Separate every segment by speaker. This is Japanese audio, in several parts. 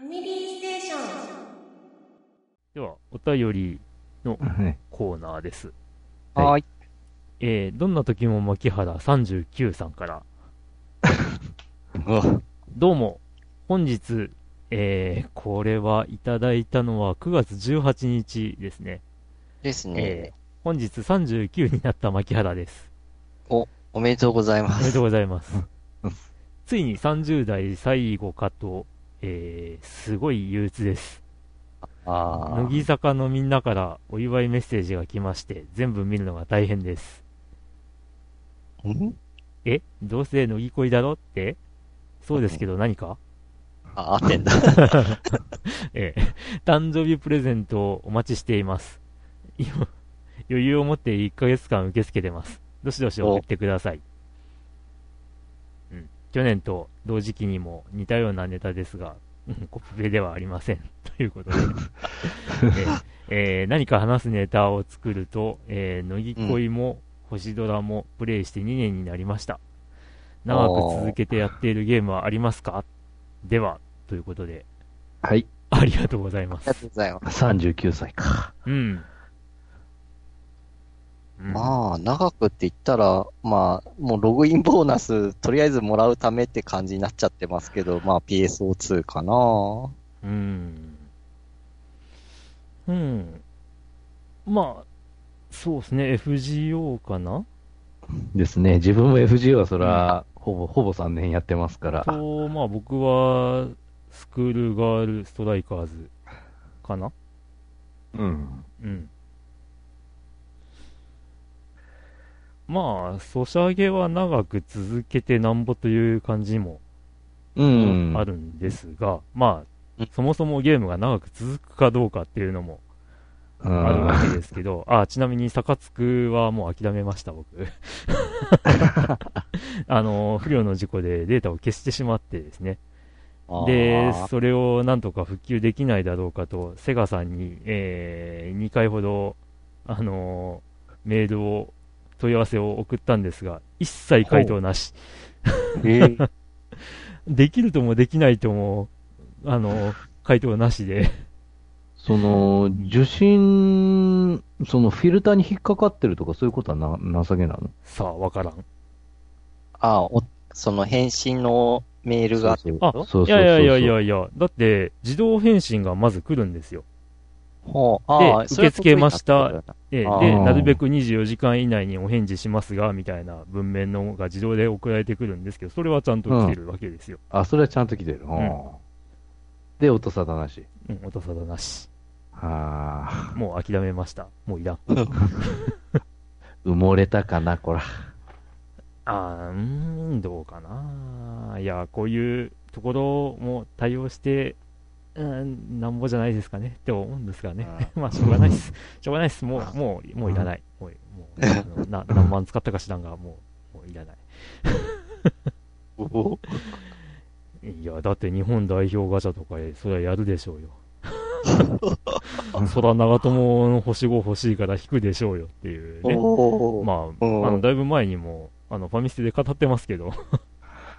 Speaker 1: ビビステーション。
Speaker 2: では、お便り
Speaker 3: はい。
Speaker 2: コーナーです。
Speaker 3: は
Speaker 4: はい。
Speaker 2: えー、どんな時も牧原39さんから、
Speaker 4: うわ
Speaker 2: どうも、本日、えー、これはいただいたのは9月18日ですね。
Speaker 4: です
Speaker 2: えー
Speaker 4: ね。
Speaker 2: 本日39になった牧原です。
Speaker 4: おめでとうござい
Speaker 2: お
Speaker 4: ま
Speaker 2: めですとう。ございます
Speaker 3: うん。
Speaker 2: ついに30代最後かと、えー、すごい憂鬱です。
Speaker 4: ああ。
Speaker 2: 乃木坂のみんなからお祝いメッセージが来まして、全部見るのが大変です。
Speaker 4: ん
Speaker 2: えどうせ乃木恋だろってそうですけど何か
Speaker 4: あ、合って んだ。
Speaker 2: ええ、誕生日プレゼントをお待ちしています。今余裕を持って1ヶ月間受け付けてます。どしどし送ってください。うん、去年と同時期にも似たようなネタですが、うんコピペではありません。 ということで、えええー何か話すネタを作ると、えー、乃木恋も星ドラもプレイして2年になりました。長く続けてやっているゲームはありますかでは、ということで、
Speaker 3: はい。
Speaker 2: ありがとうございま
Speaker 4: ありが
Speaker 2: す。
Speaker 4: とうございます。
Speaker 3: 39歳か。
Speaker 2: うん。うん
Speaker 4: まあ、長くって言ったら、まあ、もうログインボーナス、とりあえずもらうためって感じになっちゃってますけど、まあ PSO2 かな
Speaker 2: うん。うん。まあ、そうですね、FGO かな
Speaker 3: ですね。自分も FGO はそら、ほぼ、ほぼ3年やってますから。
Speaker 2: と、まあ僕は、スクールガールストライカーズかな
Speaker 3: うん。
Speaker 2: うん。まあ、ソシャゲは長く続けてなんぼという感じも
Speaker 3: うん。
Speaker 2: あるんですが、ま
Speaker 4: う
Speaker 2: あ
Speaker 4: ん、
Speaker 2: そもそもゲームが長く続くかどうかっていうのも
Speaker 3: う
Speaker 2: ある
Speaker 3: ん。
Speaker 2: わけですけど、あちなみに、サカツクはもう諦めました、 僕。あの、不良の事故でデータを消してしまってですね。
Speaker 4: あー
Speaker 2: で、それをなんとか復旧できないだろうかと、セガさんに、え2回ほど、あのメールを、問い合わせを送ったんですが、一切回答なし。
Speaker 4: えー
Speaker 2: できるともできないとも、あの回答なしで。
Speaker 3: その、受信、そのフィルターに引っかかってるとかそういうことはな、情けなの
Speaker 2: さあ、わからん。
Speaker 4: あーおその返信のメールが、
Speaker 3: そう
Speaker 2: あ
Speaker 3: そうそうそう。
Speaker 2: いやいやいやいやいや、だって、自動返信がまず来るんですよ。
Speaker 4: ほうあー
Speaker 2: で
Speaker 4: それは
Speaker 2: 受け付けました
Speaker 4: 得意なことだ
Speaker 2: で、で
Speaker 4: あー
Speaker 2: なるべく24時間以内にお返事しますが、みたいな文面のが自動で送られてくるんですけど、それはちゃんと来てるわけですよ。
Speaker 3: あ、それはちゃんと来てる。うん。で、音沙汰なし。
Speaker 2: うん、音沙汰なし。
Speaker 3: あ
Speaker 2: もう諦めました。もういらん。
Speaker 3: ー埋もれたかな、こら。
Speaker 2: あーうーん、どうかな。いや、こういうところも対応して、うん、なんぼじゃないですかねって思うんですがね。 まあ、しょうがないです。しょうがないです。もう、もう、もういらない。もう、もう、あのな何万使ったか知らんが、もう、もういらない。 いや、だって日本代表ガチャとか、それはやるでしょ うよ。そら長友の星5欲しいから引くでしょうよっていうね。
Speaker 4: おー
Speaker 2: まあ、あ
Speaker 4: うん
Speaker 2: の、だいぶ前にも、あの、ファミステで語ってますけ ど、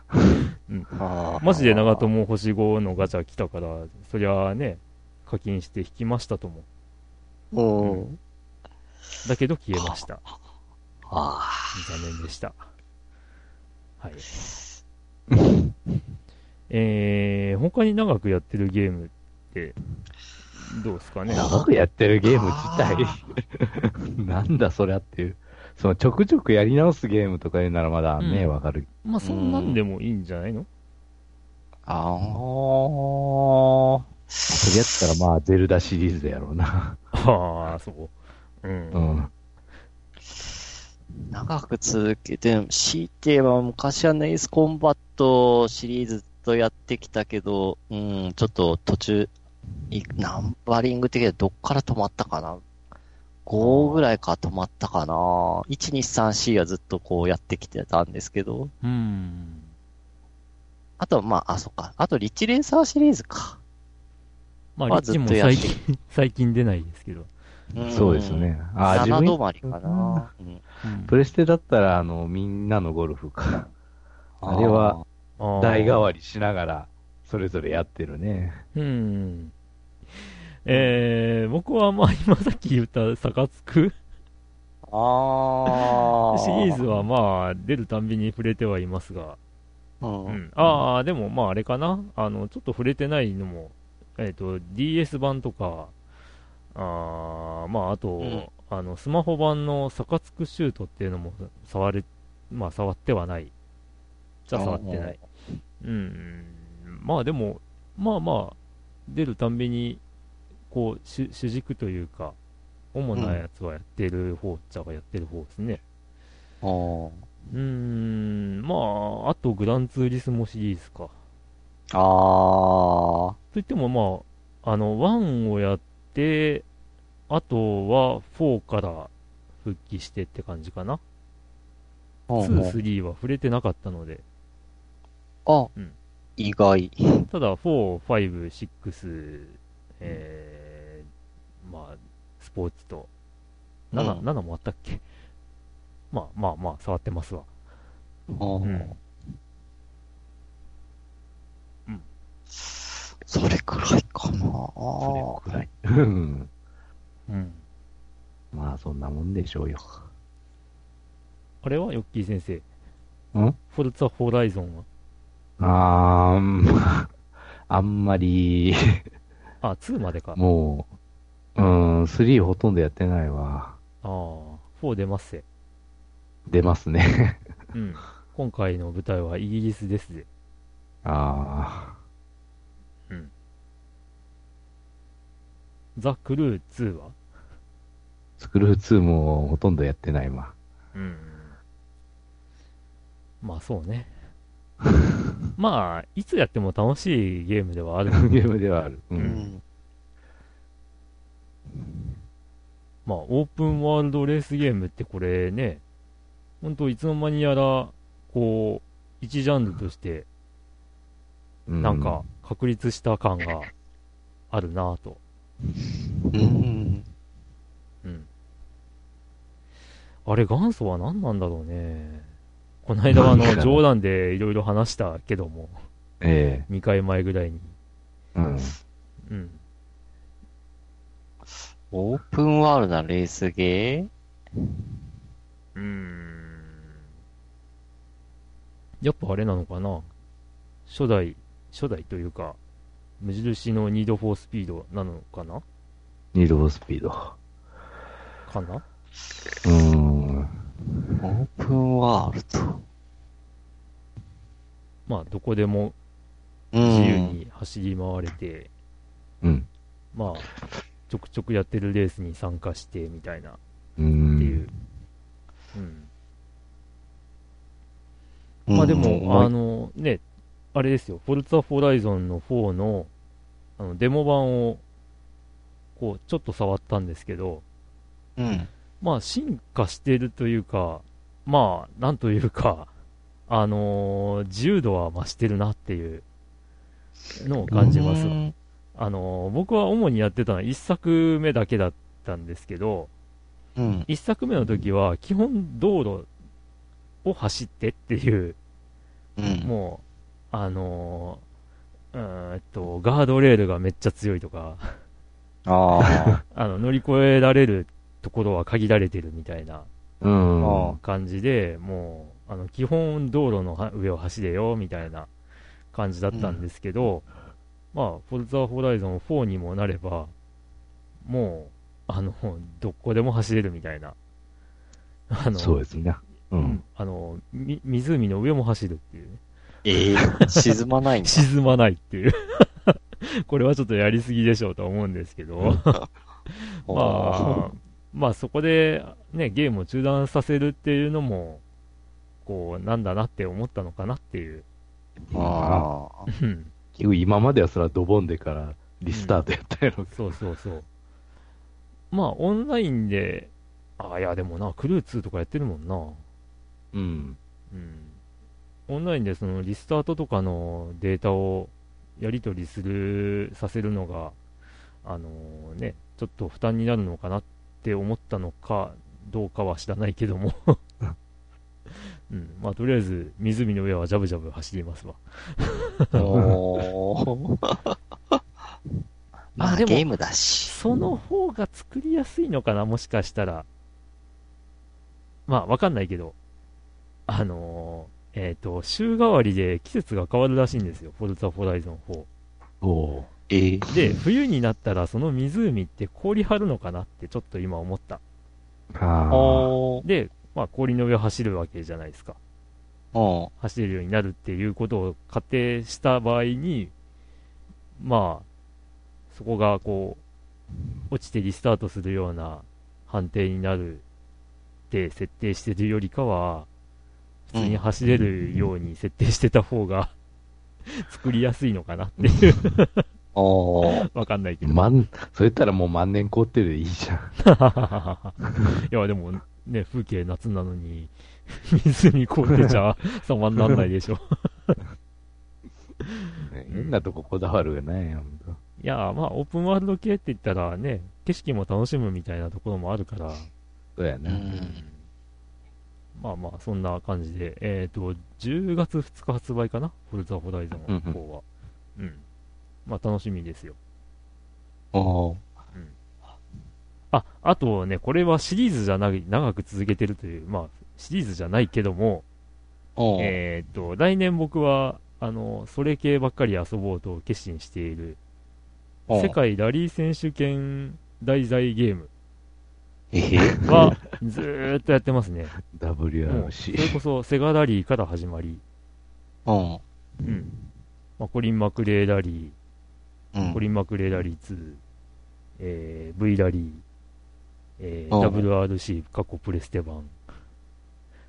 Speaker 4: あー
Speaker 2: マジで長友星5のガチャ来たから、そりゃあね、課金して引きましたとも。
Speaker 4: うん。
Speaker 2: だけど消えました。
Speaker 4: あ
Speaker 2: 残念でした。はい。 えー、他に長くやってるゲームって、どうですかね。
Speaker 3: 長くやってるゲーム自
Speaker 4: あ
Speaker 3: 体、 なんだそりゃっていう。そのちょくちょくやり直すゲームとかいうならまだね、
Speaker 2: うん
Speaker 3: わ、かる。
Speaker 2: まあ、そんなんでもいいんじゃないの
Speaker 4: あ。あー
Speaker 3: それやったらまあ、ゼルダシリーズでやろう な。
Speaker 2: ああ、そう。うん。
Speaker 3: うん。
Speaker 4: 長く続けて、強いて言えば昔はね、エースコンバットシリーズとやってきたけど、うん、ちょっと途中、いナンバリング的にはどっから止まったかな ?5 ぐらいから止まったかな ?1234 はずっとこうやってきてたんですけど、
Speaker 2: うん。
Speaker 4: あとはまあ、あ、そっか。あとリッチレーサーシリーズか。
Speaker 2: まあ、リ
Speaker 4: は
Speaker 2: ッ
Speaker 4: ず
Speaker 2: チ
Speaker 4: っ
Speaker 2: も
Speaker 4: とやっ
Speaker 2: 最
Speaker 4: て
Speaker 2: 近、最近出ないですけど。
Speaker 4: ん
Speaker 3: そうですよ。ね。あー、
Speaker 4: 7
Speaker 3: 自
Speaker 4: 止
Speaker 3: 分、
Speaker 4: まりかな。うん
Speaker 3: プレステだったら、あの、みんなのゴルフか。あれは、代替わりしながら、それぞれやってるね。
Speaker 2: うん。えー、僕はまあ今さっき言ったサカツク
Speaker 4: あ
Speaker 2: シリーズはまあ出るたんびに触れてはいますが、
Speaker 4: うん
Speaker 2: う。ん、ああ、でもまああれかな、あのちょっと触れてないのも、えー、と DS 版とか、あーまあ、あと、
Speaker 4: うん
Speaker 2: あのスマホ版の「サカツクシュート」っていうのも触れ、まあ、触ってはない、じゃ触ってない、うん、まあでも、まあまあ、出るたんびにこう主主軸というか、主なやつはやってる方っちゃがやってる方ですね。
Speaker 4: あー
Speaker 2: うーん、まあ、あとグランツーリスモシリーズか。
Speaker 4: あ
Speaker 2: といっても、まあ、あの、1をやって、あとは4から復帰してって感じかな。
Speaker 4: ー。うん
Speaker 2: 2、3は触れてなかったので、
Speaker 4: あ
Speaker 2: うん、
Speaker 4: 意外。
Speaker 2: ただ4、5、6、えー、まあ、スポーツと、7、
Speaker 4: うん
Speaker 2: 7もあったっけまあまあまあ、触ってますわ。
Speaker 4: うん
Speaker 2: うん
Speaker 4: それくらいかな。
Speaker 3: それくらい。うん
Speaker 2: うん。
Speaker 3: まあ、そんなもんでしょうよ。
Speaker 2: あれはヨッキー先生。
Speaker 3: ん
Speaker 2: フォルツァホライゾンは
Speaker 3: あーん、あんまり、
Speaker 2: あ、2までか。
Speaker 3: もう、うん、3ほとんどやってないわ。
Speaker 2: ああ、4出ますせ。
Speaker 3: 出ますね。
Speaker 2: うん。今回の舞台はイギリスですぜ。
Speaker 3: あ
Speaker 2: ザ・クルー2は
Speaker 3: ー、スクルー2もほとんどやってな いわ。
Speaker 2: うん。まあそう ね。まあ、いつやっても楽しいゲームではある。
Speaker 3: ゲームではある。う。
Speaker 4: うんん。
Speaker 2: まあ、オープンワールドレースゲームってこれね、ほんといつの間にやら、こう、一ジャンルとして、
Speaker 3: うん
Speaker 2: なんか、確立した感があるなぁと。
Speaker 4: うん。
Speaker 2: うん。あれ、元祖は何なんだろうね。この間はあ
Speaker 3: 何
Speaker 2: の、
Speaker 3: だろう
Speaker 2: 冗談でいろいろ話したけども、
Speaker 3: え
Speaker 2: 2回前ぐらいに。
Speaker 3: え。うん。
Speaker 2: うん。
Speaker 4: オープンワールドなレースゲー
Speaker 2: うーん。やっぱあれなのかな初代、初代というか、無印のニードフォースピードなのかな
Speaker 3: 二度スピード。
Speaker 2: かな
Speaker 3: うん。
Speaker 4: オープンワールド。
Speaker 2: まあ、どこでも
Speaker 4: う
Speaker 2: 自由
Speaker 4: ん。
Speaker 2: に走り回れて、
Speaker 3: うん。
Speaker 2: まあ、ちょくちょくやってるレースに参加して、みたいな。
Speaker 3: う。。
Speaker 2: っていうんうん。
Speaker 4: うん
Speaker 2: まあでも、あ、
Speaker 4: うん
Speaker 2: の、ね、あれですよ、フォルツァホライゾンの4の、あの、デモ版を、こう、ちょっと触ったんですけど、
Speaker 4: うん。
Speaker 2: まあ、進化してるというか、まあ、なんというか、 あのー自由度は増してるなっていうのを感じますわ
Speaker 4: うん
Speaker 2: あのー僕は主にやってたのは1作目だけだったんですけど、
Speaker 4: うん。
Speaker 2: 一作目の時は基本道路を走ってっていう、
Speaker 4: うん。
Speaker 2: もう、あのー、うーんえっと、ガードレールがめっちゃ強いとか、
Speaker 4: ああ。
Speaker 2: あの、乗り越えられるところは限られてるみたいな
Speaker 3: うん。
Speaker 4: あ
Speaker 2: 感じで、もう、あの、基本道路のは上を走れよ、みたいな感じだったんですけど、まあ、フォルツァホライゾン4にもなれば、もう、あの、どこでも走れるみたいな。あの、
Speaker 3: そうですね。う
Speaker 2: うんん。あの、み、湖の上も走るっていうね。
Speaker 4: ええ沈まないん だ。
Speaker 2: 沈まないっていう。 これはちょっとやりすぎでしょうとは思うんですけど。
Speaker 4: あ
Speaker 2: まあ、 まあそこで、ね、ゲームを中断させるっていうのも、こう、なんだなって思ったのかなっていう。
Speaker 4: ーあー。
Speaker 2: うん
Speaker 3: 結局今まではそれはドボンでからリスタートやったやろうけ
Speaker 2: そうそうそう。まあ、オンラインで、あいや、でもな、クルー2とかやってるもんな。
Speaker 3: ど。うん。
Speaker 2: うん。オンラインでそのリスタートとかのデータをやり取りする、させるのが、あのね、ちょっと負担になる のかなって思ったのかどうかは知らないけども、うん。まあ、とりあえず、湖の上はジャブジャブ走りますわ。
Speaker 4: おーま
Speaker 2: あ
Speaker 4: あ、
Speaker 2: でも
Speaker 4: ゲームだし。
Speaker 2: その方が作りやすいのかな、もしかしたら。まあ、わかんないけど。あのーえっ、と、週替わりで季節が変わるらしいんですよ。フォルツァホライゾン4。
Speaker 3: お
Speaker 4: ええ
Speaker 2: で、冬になったらその湖って氷張るのかなってちょっと今思った。
Speaker 3: あ
Speaker 4: おー
Speaker 2: で、まあ氷の上走るわけじゃないですか。
Speaker 4: うん。
Speaker 2: 走れるようになるっていうことを仮定した場合に、まあ、そこがこう、落ちてリスタートするような判定になるって設定してるよりかは、普通に走れるように設定してた方が、 作りやすいのかなっていう、
Speaker 4: おー
Speaker 2: わかんないけ
Speaker 3: ー
Speaker 2: ど。
Speaker 3: 万、そう言ったらもう万年凍ってでいいじゃん。
Speaker 2: いや、でもね、風景夏なのに、 湖凍ってちゃ、様になんないでしょ。
Speaker 3: ね変なとここだわるがないよ、ほん
Speaker 2: いや、まあ、オープンワールド系って言ったらね、景色も楽しむみたいなところもあるから、
Speaker 3: そうやな。
Speaker 4: うん
Speaker 2: まあまあ、そんな感じで、えっ、と、10月2日発売かな、フォルザホライゾン4は。うん。まあ、楽しみですよ。
Speaker 4: おー
Speaker 2: あ、あとね、これはシリーズじゃない、長く続けてるという、まあ、シリーズじゃないけども、
Speaker 4: おー
Speaker 2: えーっと、来年僕は、あの、それ系ばっかり遊ぼうと決心している、
Speaker 4: おー
Speaker 2: 世界ラリー選手権題材ゲーム
Speaker 4: ええ
Speaker 2: は、ずーっとやってますね。もう、それ
Speaker 3: WRC。
Speaker 2: こそ、セガラリーから始まり、
Speaker 4: うん。
Speaker 2: うん。まあ、コリン・マクレーラリ
Speaker 4: う
Speaker 2: ー、コ
Speaker 4: ん。
Speaker 2: リン・マクレーラリー2、えー、V ラリー、えー、
Speaker 4: お
Speaker 2: WRC、過去プレステ版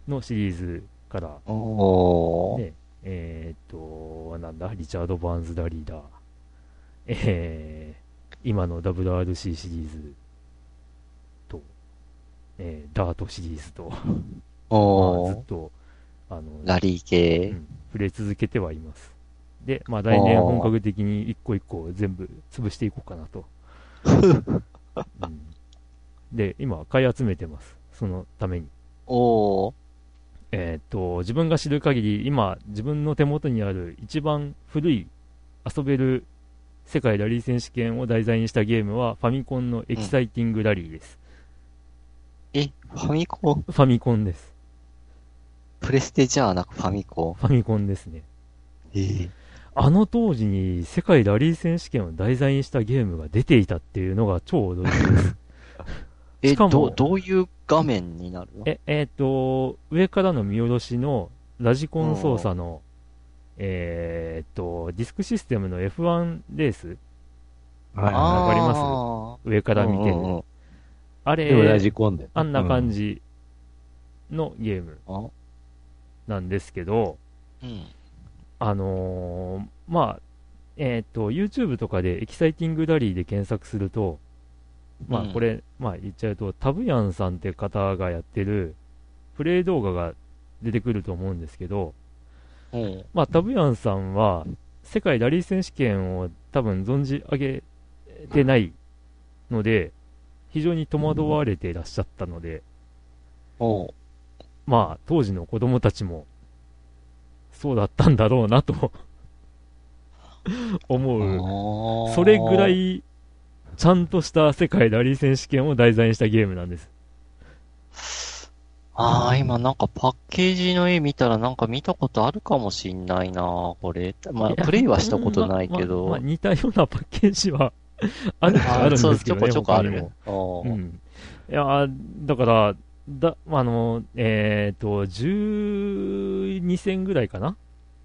Speaker 2: のシリーズから、
Speaker 4: おー
Speaker 2: ねえーっと、なんだ、リチャード・バーンズ・ダリーだ、えー、今の WRC シリーズと、えーダートシリーズと、まあ
Speaker 4: お
Speaker 2: ずっ
Speaker 4: ー
Speaker 2: と、あの、
Speaker 4: ラリー系。
Speaker 2: 触れ続けてはいます。で、まあ来年
Speaker 4: あー
Speaker 2: 本格的に一個一個全部潰していこうかなと。うんで、今買い集めてます。そのために。
Speaker 4: おー
Speaker 2: えーっと、自分が知る限り、今、自分の手元にある一番古い遊べる世界ラリー選手権を題材にしたゲームは、ファミコンのエキサイティングラリーです。
Speaker 4: え、ファミコ
Speaker 2: フ
Speaker 4: ン
Speaker 2: ァミコンです。
Speaker 4: プレステじゃなくファミコ
Speaker 2: ファミコンですね。
Speaker 4: ン。え
Speaker 2: あの当時に世界ラリー選手権を題材にしたゲームが出ていたっていうのが超驚き です。
Speaker 4: え、
Speaker 2: しかも
Speaker 4: ど、どういう画面になるの
Speaker 2: え、えーっと、上からの見下ろしのラジコン操作の、えーっと、ディスクシステムの F1 レース、
Speaker 3: はい
Speaker 2: あー
Speaker 3: は
Speaker 2: わかります
Speaker 4: す
Speaker 2: 上から見てる。あ
Speaker 3: い。
Speaker 2: れ、
Speaker 3: でもラジコンで。
Speaker 2: あんな感じのゲーム
Speaker 4: あ
Speaker 2: なんですけど、
Speaker 4: うん。
Speaker 2: あのーまあ、えっ、と、YouTube とかでエキサイティングラリーで検索すると、まあ
Speaker 4: うん
Speaker 2: これ、まあ言っちゃうと、タブヤンさんって方がやってるプレイ動画が出てくると思うんですけど、
Speaker 4: うん。
Speaker 2: まあタブヤンさんは世界ラリー選手権を多分存じ上げてないので、非常に戸惑われていらっしゃったので、
Speaker 4: おう
Speaker 2: まあ、当時の子供たちも、そうだったんだろうなと、思う。
Speaker 4: あー
Speaker 2: それぐら。い、ちゃんとした世界ラリー選手権を題材にしたゲームなんです。
Speaker 4: ああ、今なんかパッケージの絵見たらなんか見たことあるかもしんないなこれ。まあ、
Speaker 2: いや
Speaker 4: プレイはしたことないけ
Speaker 2: まあ
Speaker 4: ど。
Speaker 2: まあまあ似たようなパッケージは、あるっちゃあるん
Speaker 4: そう
Speaker 2: ですけどね。
Speaker 4: ちょこちょこある
Speaker 2: 他に
Speaker 4: よ
Speaker 2: も。
Speaker 4: お
Speaker 2: う
Speaker 4: ー
Speaker 2: ん。いや、だから、だ、あの、えっ、と、12戦ぐらいかな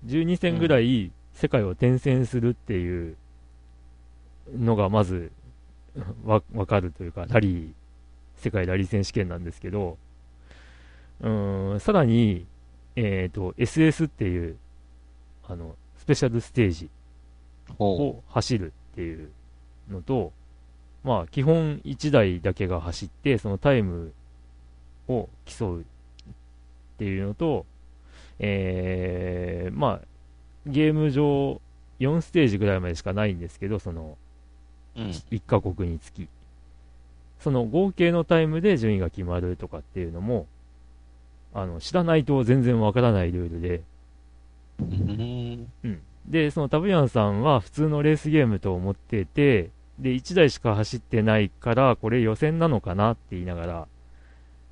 Speaker 2: ?12 戦ぐらい世界を転戦するっていうのがまず、わ、わかるというか、ラリー、世界ラリー選手権なんですけど、うーん、さらに、えっ、と、SS っていう、あの、スペシャルステージ
Speaker 4: おう
Speaker 2: を走るっていうのと、まあ、基本1台だけが走って、そのタイムを競うっていうのと、えーまあ、ゲーム上4ステージぐらいまでしかないんですけど、その
Speaker 4: うん。
Speaker 2: 1カ国につき。その合計のタイムで順位が決まるとかっていうのも、あの知らないと全然わからないルールで、
Speaker 4: うん。
Speaker 2: うん、でそのタブヤンさんは普通のレースゲームと思っててで1台しか走ってないからこれ予選なのかなって言いながら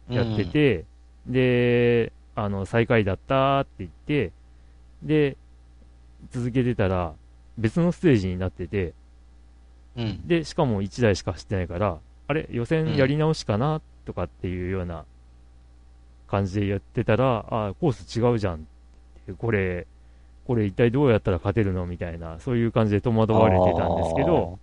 Speaker 2: やってて、であの最下位だったって言ってで続けてたら別のステージになってて
Speaker 4: うん。うん。
Speaker 2: でしかも1台しか走ってないからあれ予選やり直しかな、とかっていうような感じでやってたらあーコース違うじゃんってこれこれ一体どうやったら勝てるのみたいなそういう感じで戸惑われてたんですけど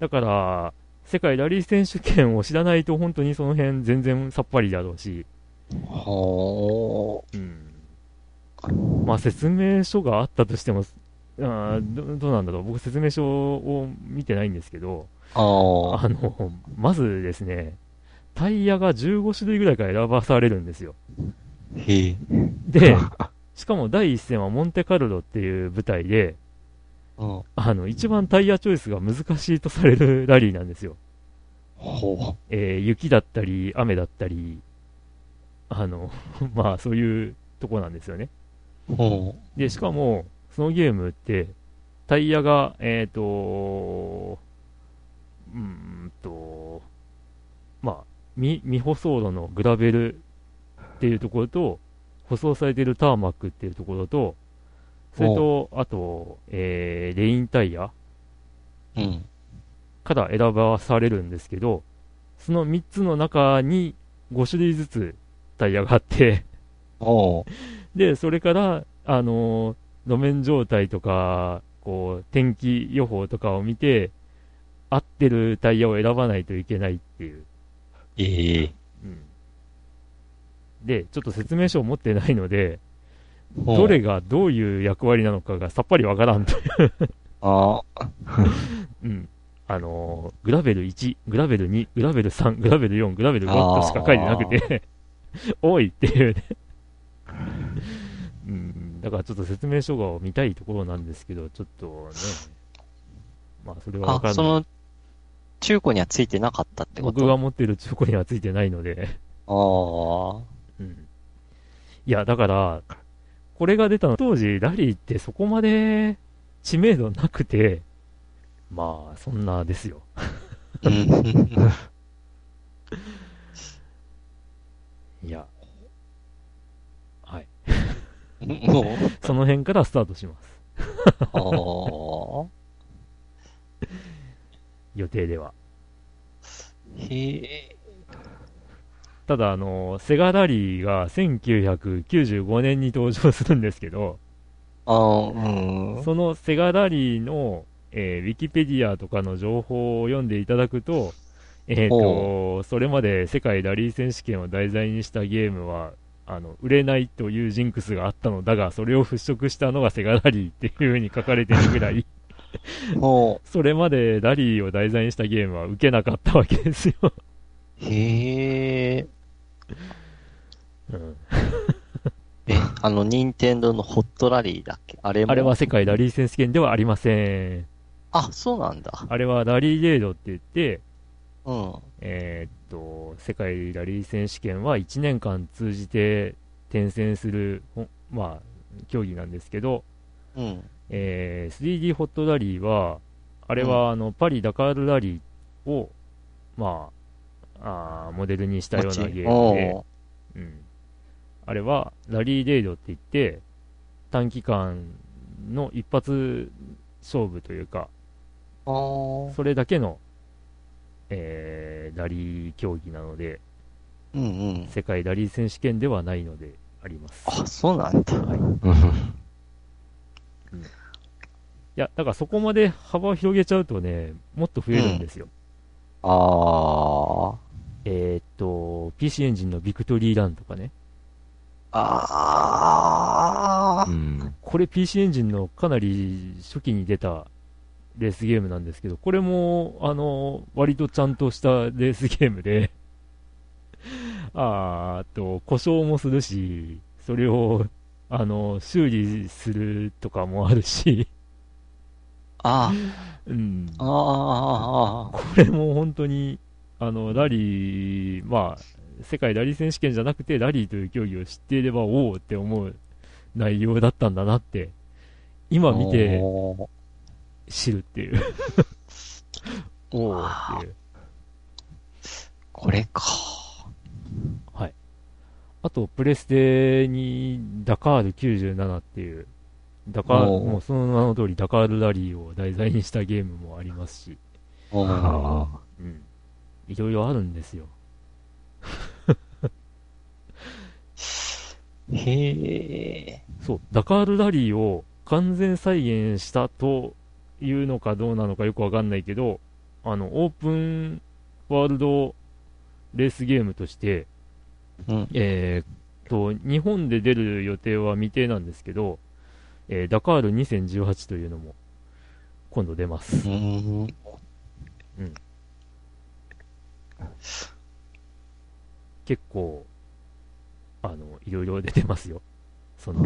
Speaker 2: だから世界ラリー選手権を知らないと本当にその辺全然さっぱりだろうし、
Speaker 4: あー。ほ
Speaker 2: うん、まあ説明書があったとしてもあーどどうなんだろう僕説明書を見てないんですけど
Speaker 4: ーあー。
Speaker 2: あの、まずですね、タイヤが15種類ぐらいから選ばされるんですよ。
Speaker 4: へえ。
Speaker 2: で、しかも第一戦はモンテカルロっていう舞台で、
Speaker 4: うん。
Speaker 2: あの、一番タイヤチョイスが難しいとされるラリーなんですよ。
Speaker 4: ほ
Speaker 2: えー雪だったり、雨だったり、あの、 まあそういうとこなんですよね。
Speaker 4: う。ほ
Speaker 2: で、しかも、そのゲームって、タイヤが、えっ、とうーんと、まあ、み未舗装路のグラベルっていうところと、舗装されているターマックっていうところと、それと、あと、えーレインタイヤ
Speaker 4: う。うん。
Speaker 2: から選ばされるんですけど、その3つの中に5種類ずつタイヤがあって、
Speaker 4: ほ
Speaker 2: で、それから、あのー路面状態とか、こう、天気予報とかを見て、合ってるタイヤを選ばないといけないっていう。
Speaker 4: う。ええ。
Speaker 2: うんで、ちょっと説明書を持ってないので、
Speaker 4: ほう
Speaker 2: どれがどういう役割なのかがさっぱりわからんと。
Speaker 4: あ
Speaker 2: うん。あのーグラベル1、グラベル2、グラベル3、グラベル4、グラベル5としか書いてなくて、 多いっていうね。うん、だからちょっと説明書が見たいところなんですけど、ちょっとね、まあそれはわか
Speaker 4: あ。
Speaker 2: ん
Speaker 4: そ
Speaker 2: ない。
Speaker 4: の、中古にはついてなかったってこと
Speaker 2: 僕が持ってる中古にはついてないので、
Speaker 4: ああ。
Speaker 2: うん。いや、だから、これが出たの、当時ラリーってそこまで知名度なくて、まあそんなですよ。
Speaker 4: うん。
Speaker 2: いや、はい。
Speaker 4: もう。
Speaker 2: その辺からスタートします。
Speaker 4: あ
Speaker 2: 予定では。
Speaker 4: あ。へえ。
Speaker 2: ただ、あの、セガラリーが1995年に登場するんですけど、
Speaker 4: ああ、うん。
Speaker 2: そのセガラリーの、えーウィキペディアとかの情報を読んでいただくと、えっ、と、それまで世界ラリー選手権を題材にしたゲームは、あの、売れないというジンクスがあったのだが、それを払拭したのがセガラリーっていう風に書かれてるぐら い、
Speaker 4: ほ
Speaker 2: それまでラリーを題材にしたゲームは受けなかったわけですよ。
Speaker 4: う。へえ。
Speaker 2: うん
Speaker 4: え、あの、任天堂のホットラリーだっけあれも。
Speaker 2: あれは世界ラリー選手権ではありません。
Speaker 4: あ、そうなんだ。
Speaker 2: あれはラリーレードって言って、
Speaker 4: うん。
Speaker 2: えーっと、世界ラリー選手権は1年間通じて転戦する、ほまあ、競技なんですけど、
Speaker 4: うん。
Speaker 2: えー 3D ホットラリーは、あれはあの、パリ・ダカールラリーを、まあ、あーモデルにしたようなゲームで、
Speaker 4: お
Speaker 2: うん、あれはラリーレイドって言って短期間の一発勝負というか
Speaker 4: ーあー。
Speaker 2: それだけの、えーラリー競技なので
Speaker 4: うんうん。
Speaker 2: 世界ラリー選手権ではないのであります、
Speaker 4: あ、そうなんだ。
Speaker 2: はい、い
Speaker 3: うん
Speaker 2: やだからそこまで幅を広げちゃうとねもっと増えるんですよ、
Speaker 4: ああ。
Speaker 2: えーっと PC エンジンのビクトリーランとかね
Speaker 4: ああ。
Speaker 3: うん
Speaker 2: これ PC エンジンのかなり初期に出たレースゲームなんですけど、これも、あの、割とちゃんとしたレースゲームで、 あーあと、故障もするし、それを、あの、修理するとかもあるし、
Speaker 4: あ
Speaker 2: うん。
Speaker 4: あ。ああ。
Speaker 2: これも本当に、あの、ラリー、まあ、世界ラリー選手権じゃなくて、ラリーという競技を知っていれば、おおって思う内容だったんだなって、今見て
Speaker 4: お
Speaker 2: 知るっていう。おおっていう。
Speaker 4: これか。
Speaker 2: あと、プレステにダカール97っていう、ダカール、
Speaker 4: おー
Speaker 2: もうその名の通りダカールラリーを題材にしたゲームもありますし、
Speaker 4: おー
Speaker 3: あ
Speaker 2: うん。いろいろあるんですよ。
Speaker 4: へえ。
Speaker 2: そう、ダカールラリーを完全再現したというのかどうなのかよくわかんないけど、あの、オープンワールドレースゲームとして、
Speaker 4: うん。
Speaker 2: えーっと、日本で出る予定は未定なんですけど、えーダカール2018というのも今度出ます
Speaker 4: う。ん。
Speaker 2: 結構、あの、いろいろ出てますよ。その、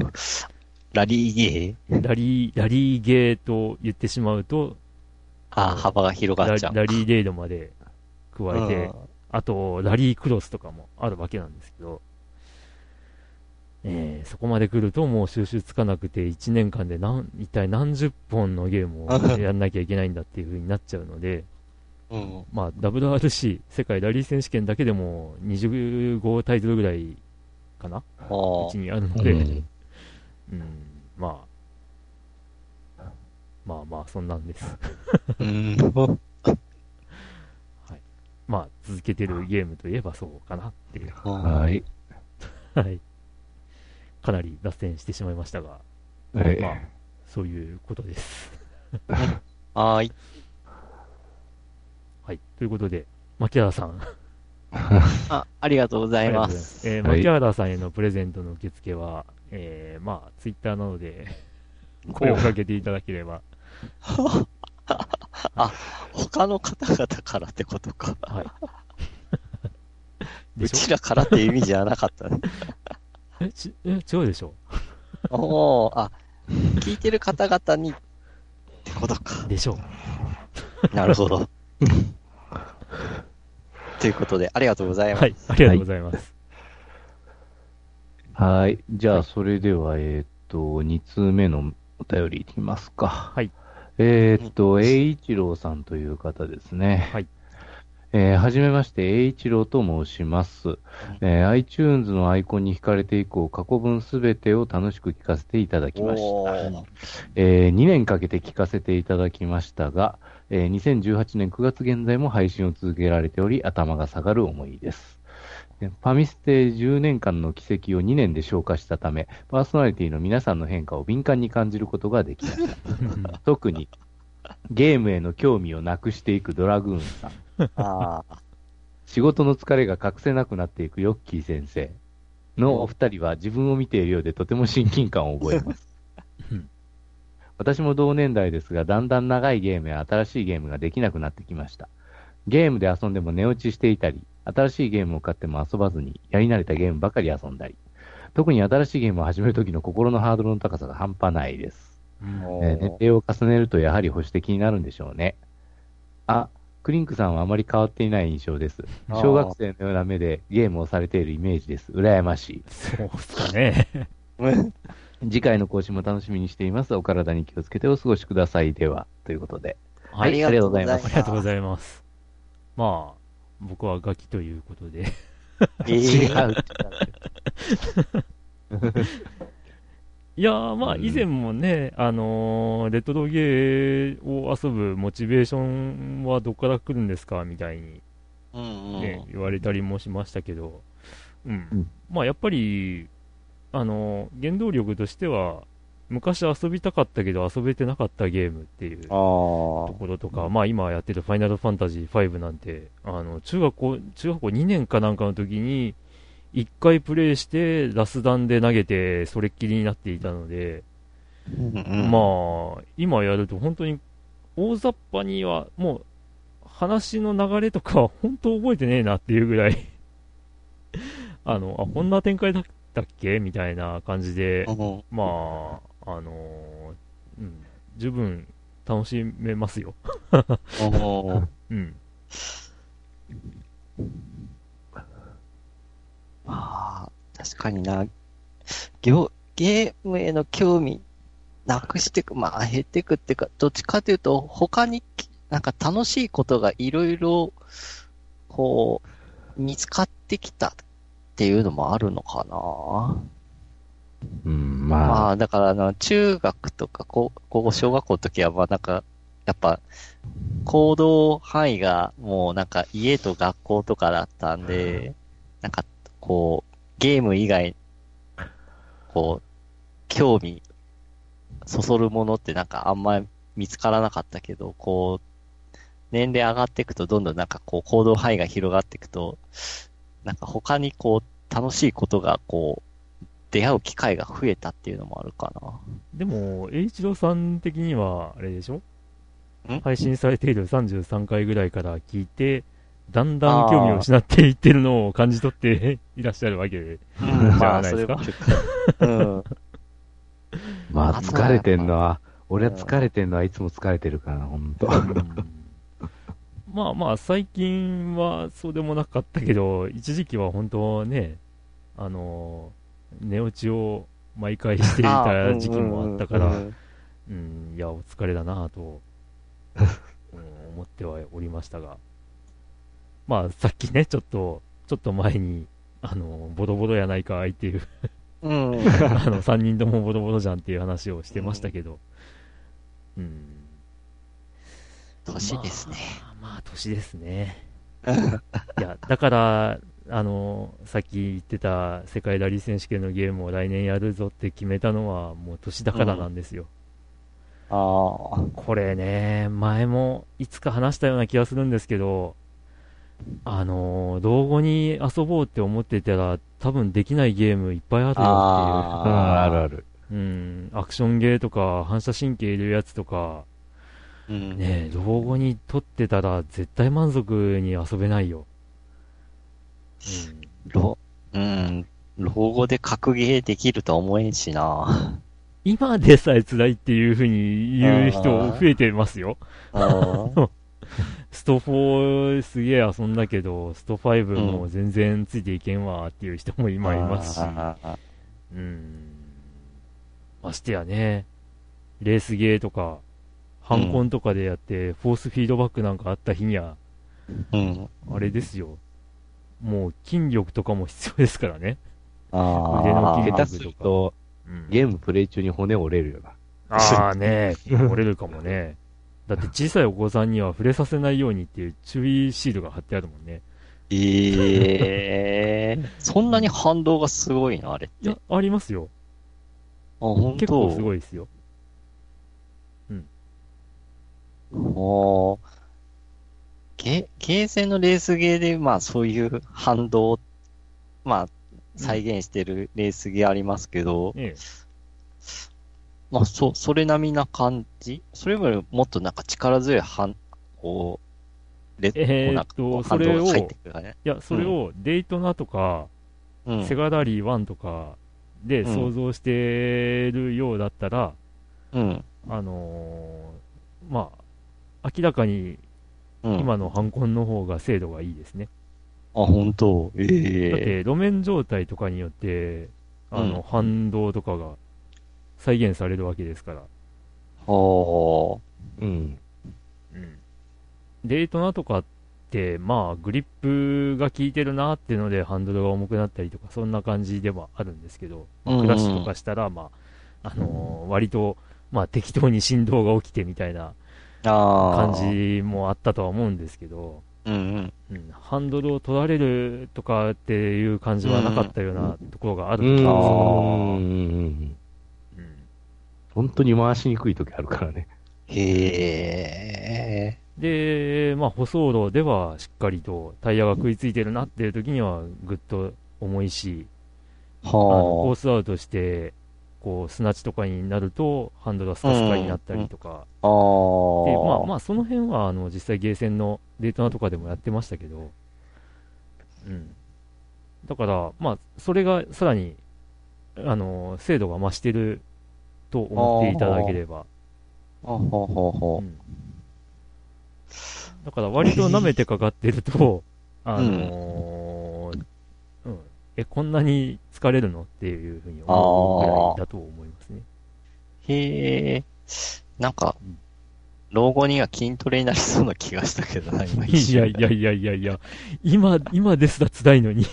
Speaker 4: ラリーゲー
Speaker 2: ラリー、ラリーゲーと言ってしまうと、
Speaker 4: あー幅が広が
Speaker 2: ラ
Speaker 4: っちゃう。
Speaker 2: ラリーレイドまで加えて、
Speaker 4: うん
Speaker 2: あと、ラリークロスとかもあるわけなんですけど、えーそこまで来るともう収集つかなくて、1年間で何、一体何十本のゲームをやんなきゃいけないんだっていう風になっちゃうので、
Speaker 4: うん。
Speaker 2: まあ、WRC、世界ラリー選手権だけでも25タイトルぐらいかな
Speaker 4: あ
Speaker 2: う
Speaker 4: ー
Speaker 2: ちにあるの
Speaker 3: あ
Speaker 2: で、
Speaker 3: う
Speaker 2: うん
Speaker 3: ん、
Speaker 2: まあ、まあまあ、そんなんです。
Speaker 4: うん。。
Speaker 2: まあ、続けてるゲームといえばそうかなっていう。
Speaker 3: はい い。
Speaker 2: はい。かなり脱線してしまいましたが、
Speaker 3: はい
Speaker 2: まあ、そういうこと です。
Speaker 4: はーい。
Speaker 2: はい。ということで、牧原さん。
Speaker 4: あ、ありがとうござ
Speaker 2: あ
Speaker 4: い
Speaker 2: りがとうございま
Speaker 4: ま。
Speaker 2: すす。えー、
Speaker 3: はい
Speaker 2: 牧原さんへのプレゼントの受付は、えー、まあ、ツイッターなので、声をかけていただければ。
Speaker 4: 他の方々からってことか。
Speaker 2: はい。で
Speaker 4: う
Speaker 2: し
Speaker 4: ちらからって意味じゃなかったね。
Speaker 2: ょえちえ違うでしょ
Speaker 4: おおあ、聞いてる方々にってことか。
Speaker 2: でしょ
Speaker 4: なるほど。 ということで、ありがとうございます。
Speaker 2: はい。ありがとうございます。
Speaker 3: はい。じゃあ、それでは、えーっと、2通目のお便りいきますか。
Speaker 2: はい。
Speaker 3: えーっと、栄一郎さんという方ですね。
Speaker 2: はい。
Speaker 3: えーはじめまして、栄一郎と申します。えー iTunes のアイコンに惹かれて以降、過去分すべてを楽しく聞かせていただきました。
Speaker 4: おー
Speaker 3: え2年かけて聞かせていただきましたが、えー2018年9月現在も配信を続けられており、頭が下がる思いです。えパミステ10年間の軌跡を2年で消化したため、パーソナリティの皆さんの変化を敏感に感じることができました。特に、ゲームへの興味をなくしていくドラグーンさん、
Speaker 4: あー
Speaker 3: 仕事の疲れが隠せなくなっていくヨッキー先生のお二人は自分を見ているようでとても親近感を覚えます
Speaker 2: うん。
Speaker 3: 私も同年代ですが、だんだん長いゲームや新しいゲームができなくなってきました。ゲームで遊んでも寝落ちしていたり、新しいゲームを買っても遊ばずに、やり慣れたゲームばかり遊んだり、特に新しいゲームを始めるときの心のハードルの高さが半端ないです。
Speaker 2: うん
Speaker 4: お
Speaker 3: えー年
Speaker 4: ー
Speaker 3: 齢を重ねるとやはり保守的になるんでしょうね。あ、クリンクさんはあまり変わっていない印象です。
Speaker 4: あー
Speaker 3: 小学生のような目でゲームをされているイメージです。羨ましい。
Speaker 2: そうっすかね。
Speaker 3: 次回の更新も楽しみにしています。お体に気をつけてお過ごしください。では、ということで。
Speaker 2: はい。
Speaker 3: ありがとうございます
Speaker 2: ありがとうございます。まあ、僕はガキということで、
Speaker 4: え
Speaker 3: 違
Speaker 4: ー
Speaker 3: う。
Speaker 2: いやー、まあ、
Speaker 3: うん
Speaker 2: 以前もね、あのーレトロゲーを遊ぶモチベーションはどこから来るんですかみたいに、
Speaker 4: うんうん
Speaker 2: ね言われたりもしましたけど、うん。
Speaker 3: うん
Speaker 2: まあ、やっぱり、あのー原動力としては、昔遊びたかったけど遊べてなかったゲームっていう
Speaker 4: あ
Speaker 2: とこ
Speaker 4: ー
Speaker 2: ろとか、まあ、今やってるファイナルファンタジー5なんて、あの、中学校、中学校2年かなんかの時に、1回プレイして、ラスダンで投げて、それっきりになっていたので、
Speaker 4: うんうん
Speaker 2: まあ、今やると本当に大雑把には、もう話の流れとかは本当覚えてねえなっていうぐらい あの、あ、こんな展開だったっけみたいな感じで、
Speaker 4: うん
Speaker 2: まあ、あのーうん、十分楽しめますよ。う
Speaker 4: うん
Speaker 2: ん。
Speaker 4: 確かにな、ゲオゲームへの興味なくしてく、まあ減ってくっていうか、どっちかというと他になんか楽しいことがいろいろこう見つかってきたっていうのもあるのかな。
Speaker 3: うん、
Speaker 4: ま
Speaker 3: まあ、
Speaker 4: あだからあの中学とか高校、小学校の時はまあなんかやっぱ行動範囲がもうなんか家と学校とかだったんで、なんかこうゲーム以外こう興味そそるものってなんかあんまり見つからなかったけど、こう年齢上がっていくとどんどんなんかこう行動範囲が広がっていくと、なんか他にこう楽しいことがこう出会う機会が増えたっていうのもあるかな。
Speaker 2: でも、栄一郎さん的には、あれでしょ
Speaker 4: ん
Speaker 2: 配信されている33回ぐらいから聞いて、だんだん興味を失っていってるのを感じ取っていらっしゃるわけで。じゃあないですか
Speaker 4: まあ それもあるか
Speaker 3: まあ、
Speaker 4: あ
Speaker 3: 疲れてんのは、俺は疲れてんのはいつも疲れてるからな、ほんと。
Speaker 2: まあまあ、最近はそうでもなかったけど、一時期は本当ね、あの、寝落ちを毎回してい
Speaker 4: うん。
Speaker 2: た時期もあったから、
Speaker 4: うんうんうんうん
Speaker 2: うん、いや、お疲れだなぁと、うん思ってはおりましたが、まあ、さっきね、ちょっと、ちょっと前に、あの、ボロボロやないかいっていう、
Speaker 4: うん。
Speaker 2: あの、3人ともボロボロじゃんっていう話をしてましたけど、うん。
Speaker 4: 年ですね。
Speaker 2: まあ、まあ、年ですね。 いや、だから、あの、さっき言ってた世界ラリー選手権のゲームを来年やるぞって決めたのは、もう年だからなんですよ。
Speaker 4: ああ。
Speaker 2: これね、前もいつか話したような気がするんですけど、あのー老後に遊ぼうって思ってたら、多分できないゲームいっぱいあるよ
Speaker 3: う
Speaker 4: あ
Speaker 3: ん、
Speaker 4: ー
Speaker 3: あるある。
Speaker 2: っていう。うん、アクションゲーとか、反射神経いるやつとか、
Speaker 4: うん
Speaker 2: ね、老後に撮ってたら絶対満足に遊べないよ。うん
Speaker 4: 老、うん。老後で格ゲーできるとは思えんしな。
Speaker 2: 今でさえ辛いっていうふうに言う人
Speaker 4: あー
Speaker 2: 増えてますよ。
Speaker 4: あ
Speaker 2: スト4すげえ遊んだけど、スト5も全然ついていけんわっていう人も今いますし、
Speaker 4: あ。
Speaker 2: うん。ましてやね、レースゲーとか、ハンコンとかでやって、フォースフィードバックなんかあった日には、
Speaker 4: うん。
Speaker 2: あれですよ。もう筋力とかも必要ですからね。
Speaker 4: あ
Speaker 2: 腕の
Speaker 4: あ。
Speaker 2: 筋
Speaker 3: 下手すると、
Speaker 2: うん、
Speaker 3: ゲームプレイ中に骨折れるよな。
Speaker 2: ああ ね、折れるかもね。だって小さいお子さんには触れさせないようにっていう注意シールが貼ってあるもんね。
Speaker 4: ええ。そんなに反動がすごいのあれっ
Speaker 2: い
Speaker 4: て。あ
Speaker 2: や、、ありますよ。
Speaker 4: ほん
Speaker 2: 結構す
Speaker 4: と。
Speaker 2: ごいですよ。
Speaker 4: もう、ゲ、ゲーセンのレースゲーで、まあそういう反動を、まあ再現してるレースゲーありますけど、
Speaker 2: ええ、
Speaker 4: まあそ、それ並みな感じそれよりもっとなんか力強い反、こう、レ、
Speaker 2: え
Speaker 4: こう
Speaker 2: ー
Speaker 4: なん
Speaker 2: っ
Speaker 4: か
Speaker 2: と
Speaker 4: こう
Speaker 2: それを
Speaker 4: 反動が入ってくるからね。
Speaker 2: いや、それをデイトナとか、
Speaker 4: うん。
Speaker 2: セガラリー1とかで
Speaker 4: うん
Speaker 2: 想像してるようだったら、
Speaker 4: うん。
Speaker 2: あのーまあ、明らかに
Speaker 4: うん。あ、
Speaker 2: 今のハンコンの方が精度がいいですね。
Speaker 4: 本当え
Speaker 2: だっ
Speaker 4: え
Speaker 2: て路面状態とかによって、あ
Speaker 4: う
Speaker 2: の、
Speaker 4: ん
Speaker 2: 反動とかが再現されるわけですから。
Speaker 4: は
Speaker 3: うん。
Speaker 2: デイトナとかって、まあ、グリップが効いてるなっていうので、ハンドルが重くなったりとか、そんな感じではあるんですけど、まあ
Speaker 4: うんうん
Speaker 2: クラッシュとかしたら、まあ、あのー割と、まあ、適当に振動が起きてみたいな
Speaker 4: あ。ああ。
Speaker 2: 感。じもあったとは思うんですけど、
Speaker 4: うんうん。
Speaker 2: うん、ハンドルを取られるとかっていう感じはなかったようなところがあると思うんですよ
Speaker 4: あー
Speaker 3: うんう
Speaker 2: う
Speaker 3: ん
Speaker 2: ん
Speaker 3: 本当に回しにくい時あるからね。
Speaker 4: へえ。
Speaker 2: で、まあ、舗装路ではしっかりとタイヤが食いついてるなっていう時にはぐっと重いし、あのコー
Speaker 4: は
Speaker 2: スアウトして、こう、砂地とかになると、ハンドルがスカスカになったりとか、
Speaker 4: あ。ああ。
Speaker 2: でまあまあ、その辺はあの実際、ゲーセンのデートナとかでもやってましたけど、うん、だから、まあ、それがさらにあの精度が増してると思っていただければ、
Speaker 4: あははは
Speaker 2: う。ん だから割と舐めてかかってると、あのーうんえ、こんなに疲れるのっていうふうに思うぐらいだと思いますね。
Speaker 4: へえ。なんか、老後には筋トレになりそうな気がしたけどな、今一
Speaker 2: いや
Speaker 4: 瞬
Speaker 2: いやいやいやいや、今、今ですら辛いのに。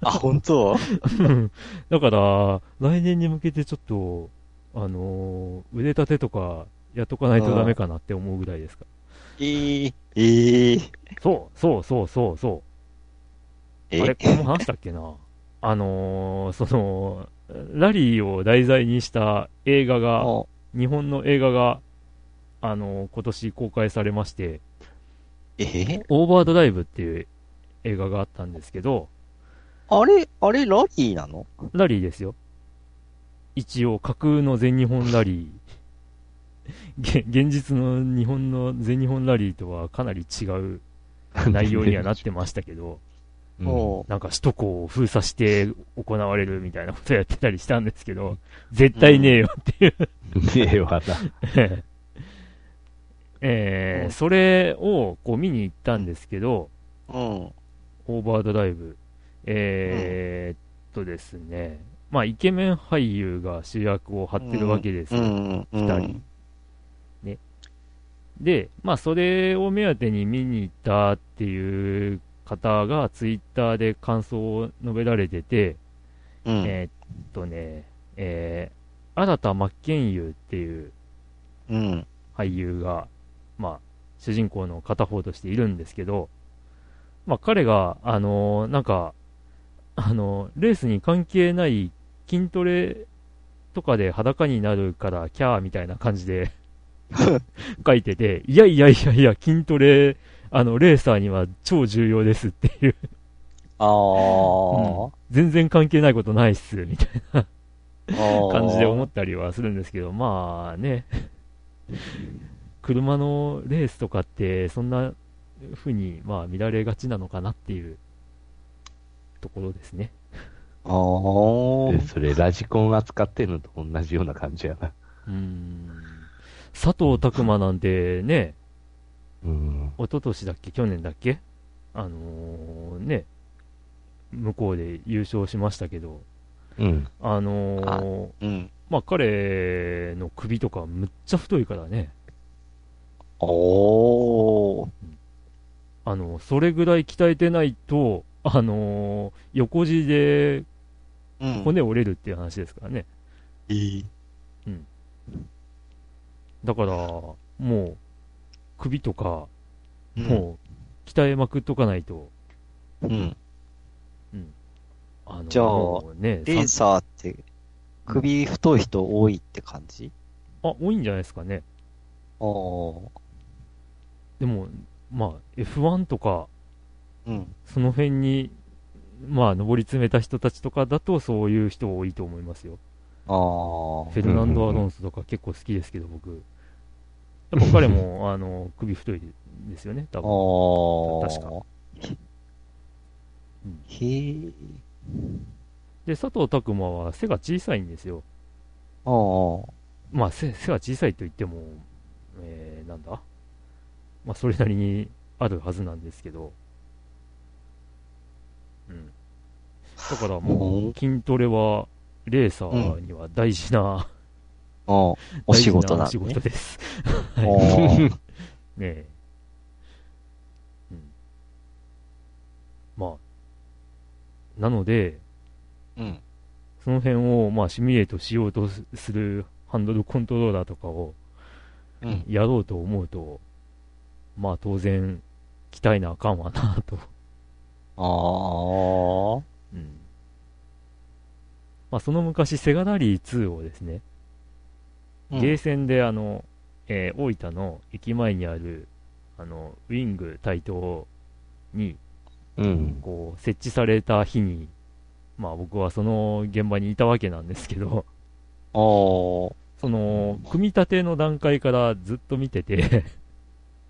Speaker 4: あ、本当
Speaker 2: うんだから、来年に向けてちょっと、あのー腕立てとかやっとかないとダメかなって思うぐらいですか。
Speaker 4: ええええ
Speaker 2: そう、そう、そう、そう、そう。あれ、これも話したっけな。 あのーその、ラリーを題材にした映画が、
Speaker 4: も
Speaker 2: 日本の映画が、あのー今年公開されまして、
Speaker 4: うええ
Speaker 2: オーバードライブっていう映画があったんですけど、
Speaker 4: あれ、あれ、ラリーなの
Speaker 2: ラリーですよ。一応、架空の全日本ラリー。げ現実の日本の全日本ラリーとはかなり違う内容にはなってましたけど、
Speaker 3: うん
Speaker 4: も
Speaker 2: なんか首都高を封鎖して行われるみたいなことやってたりしたんですけど、絶対ねえよっていう、
Speaker 3: ねえわな。
Speaker 2: え
Speaker 4: う
Speaker 2: ー
Speaker 4: ん
Speaker 2: それをこう見に行ったんですけど、
Speaker 4: う、うん。
Speaker 2: オーバードライブ、えーっとですね、まあ、イケメン俳優が主役を張ってるわけです
Speaker 4: う
Speaker 2: よ。
Speaker 4: ん、うん。
Speaker 2: 二人で、まあ、それを目当てに見に行ったっていう方が、ツイッターで感想を述べられてて、
Speaker 4: うん。
Speaker 2: えーっとね、えー、新田真剣佑っていう
Speaker 4: うん。
Speaker 2: 俳優が、まあ、主人公の片方としているんですけど、まあ、彼が、あのーなんか、あのーレースに関係ない筋トレとかで裸になるから、キャーみたいな感じで書いてて、いやいやいやいや、筋トレ、あの、レーサーには超重要ですっていう、
Speaker 4: あー。
Speaker 2: 全然関係ないことないっす、みたいな感
Speaker 4: 感
Speaker 2: じで思ったりはするんですけど、まあね、車のレースとかって、そんな風にまあ見られがちなのかなっていうところですね。
Speaker 4: あー
Speaker 3: でそれ、ラジコン扱ってんのと同じような感じやな。
Speaker 2: うーん佐藤拓磨なんてね、
Speaker 3: うん。
Speaker 2: 一昨年だっけ、去年だっけ、あのーね、向こうで優勝しましたけど、
Speaker 3: うん。
Speaker 2: あのー
Speaker 4: うん。
Speaker 2: まあ彼の首とかむっちゃ太いからね、
Speaker 4: おー。
Speaker 2: あのそれぐらい鍛えてないと、あのー横地で
Speaker 4: うん
Speaker 2: 骨折れるっていう話ですからね。
Speaker 4: えー
Speaker 2: だから、もう、首とか、
Speaker 4: うん
Speaker 2: もう、鍛えまくっとかないと、
Speaker 4: うん。
Speaker 2: あの
Speaker 4: じゃあ
Speaker 2: もうね、
Speaker 4: レー
Speaker 2: さ
Speaker 4: サーって、首太い人多いって感じ
Speaker 2: んあ、多いんじゃないですかね。
Speaker 4: あー。
Speaker 2: でも、まあ、F1 とか、
Speaker 4: うん。
Speaker 2: その辺に、まあ、上り詰めた人たちとかだと、そういう人多いと思いますよ。フ
Speaker 4: あー。
Speaker 2: ェルナンド・アロンソとか結構好きですけど、僕。やっぱ彼も、 あの、首太いですよね、多
Speaker 4: あ
Speaker 2: 分。
Speaker 4: ー。
Speaker 2: 確かうん
Speaker 4: へー。
Speaker 2: で、佐藤拓磨は背が小さいんですよ。
Speaker 4: あー。
Speaker 2: まあ、背背は小さいと言っても、えー、なんだ、まあ、それなりにあるはずなんですけど、うん。だから
Speaker 4: う
Speaker 2: も
Speaker 4: ん
Speaker 2: う、筋トレは、レーサーには大事な、
Speaker 4: あお仕事なん
Speaker 2: 大事お仕
Speaker 4: ね
Speaker 2: 事。です。
Speaker 4: あ
Speaker 2: はい
Speaker 4: ー
Speaker 2: ねえ。うん。まあ、なので、
Speaker 4: うん。
Speaker 2: その辺を、まあ、シミュレートしようとすするハンドルコントローラーとかを、
Speaker 4: うん。
Speaker 2: やろうと思うと、まあ当然、鍛えなあかんわなと。
Speaker 4: ああ。
Speaker 2: うん。まあその昔、セガラリー2をですね、ゲーセンであの、えー大分の駅前にある、あの、ウィング台頭に、
Speaker 3: うん。
Speaker 2: こう、設置された日に、まあ僕はその現場にいたわけなんですけど、
Speaker 4: あー
Speaker 2: その、組み立ての段階からずっと見てて、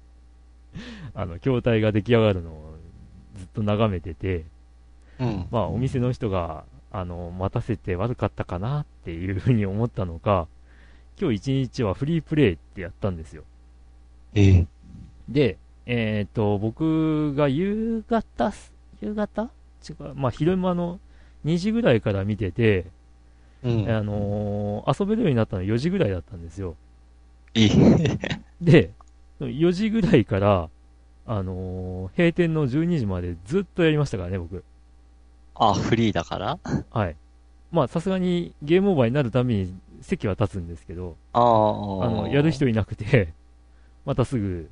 Speaker 2: あの、筐体が出来上がるのをずっと眺めてて、
Speaker 4: うん。
Speaker 2: まあ、お店の人が、あの、待たせて悪かったかなっていうふうに思ったのか、今日一日はフリープレイってやったんですよ。
Speaker 4: ええ。
Speaker 2: で、えっ、と、僕が夕方す、夕方違う、まあ、昼間の2時ぐらいから見てて、
Speaker 4: うん。
Speaker 2: あのー遊べるようになったの4時ぐらいだったんですよ。
Speaker 4: いい。
Speaker 2: で、4時ぐらいから、あのー閉店の12時までずっとやりましたからね、僕。
Speaker 4: あ、フリーだから
Speaker 2: はい。まあ、さすがにゲームオーバーになるために席は立つんですけど、
Speaker 4: ああ
Speaker 2: あの、やる人いなくて、 またすぐ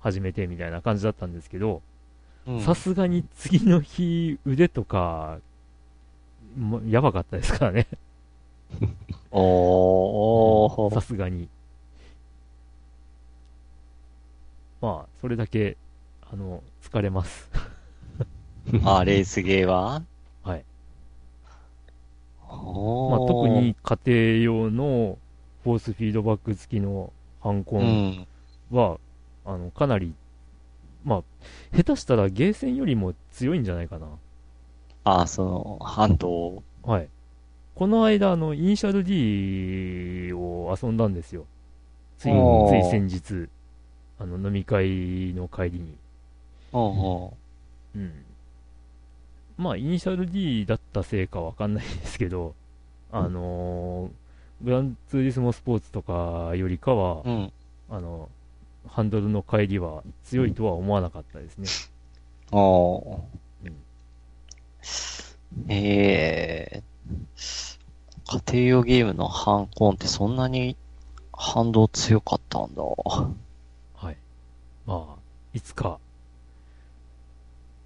Speaker 2: 始めてみたいな感じだったんですけど、
Speaker 4: うん
Speaker 2: さすがに次の日、腕とか、もうやばかったですからね、
Speaker 4: おーお
Speaker 2: さ
Speaker 4: ー。
Speaker 2: すがに。まあ、それだけ、あの、疲れます。
Speaker 4: あ、レースゲーは
Speaker 2: はい。
Speaker 4: お
Speaker 2: まあ、
Speaker 4: ー
Speaker 2: 特、に家庭用のフォースフィードバック付きのハンコ
Speaker 4: う
Speaker 2: ン
Speaker 4: ん。
Speaker 2: は、あの、かなり、まあ、下手したらゲーセンよりも強いんじゃないかな。
Speaker 4: あ、その、反動。
Speaker 2: はい。この間、あの、イニシャル D を遊んだんですよ。つい、
Speaker 4: お
Speaker 2: つ
Speaker 4: ー
Speaker 2: い先日、あの、飲み会の帰りに。
Speaker 4: うん
Speaker 2: うん。まあ、イニシャル D だったせいかわかんないですけど、あのーグランツーリスモスポーツとかよりかは、
Speaker 4: うん。うん。
Speaker 2: あの、ハンドルの帰りは強いとは思わなかったですね。
Speaker 4: おー
Speaker 2: うん
Speaker 4: ええ家庭用ゲームのハンコンってそんなに反動強かったんだ。
Speaker 2: はい。まあ、いつか、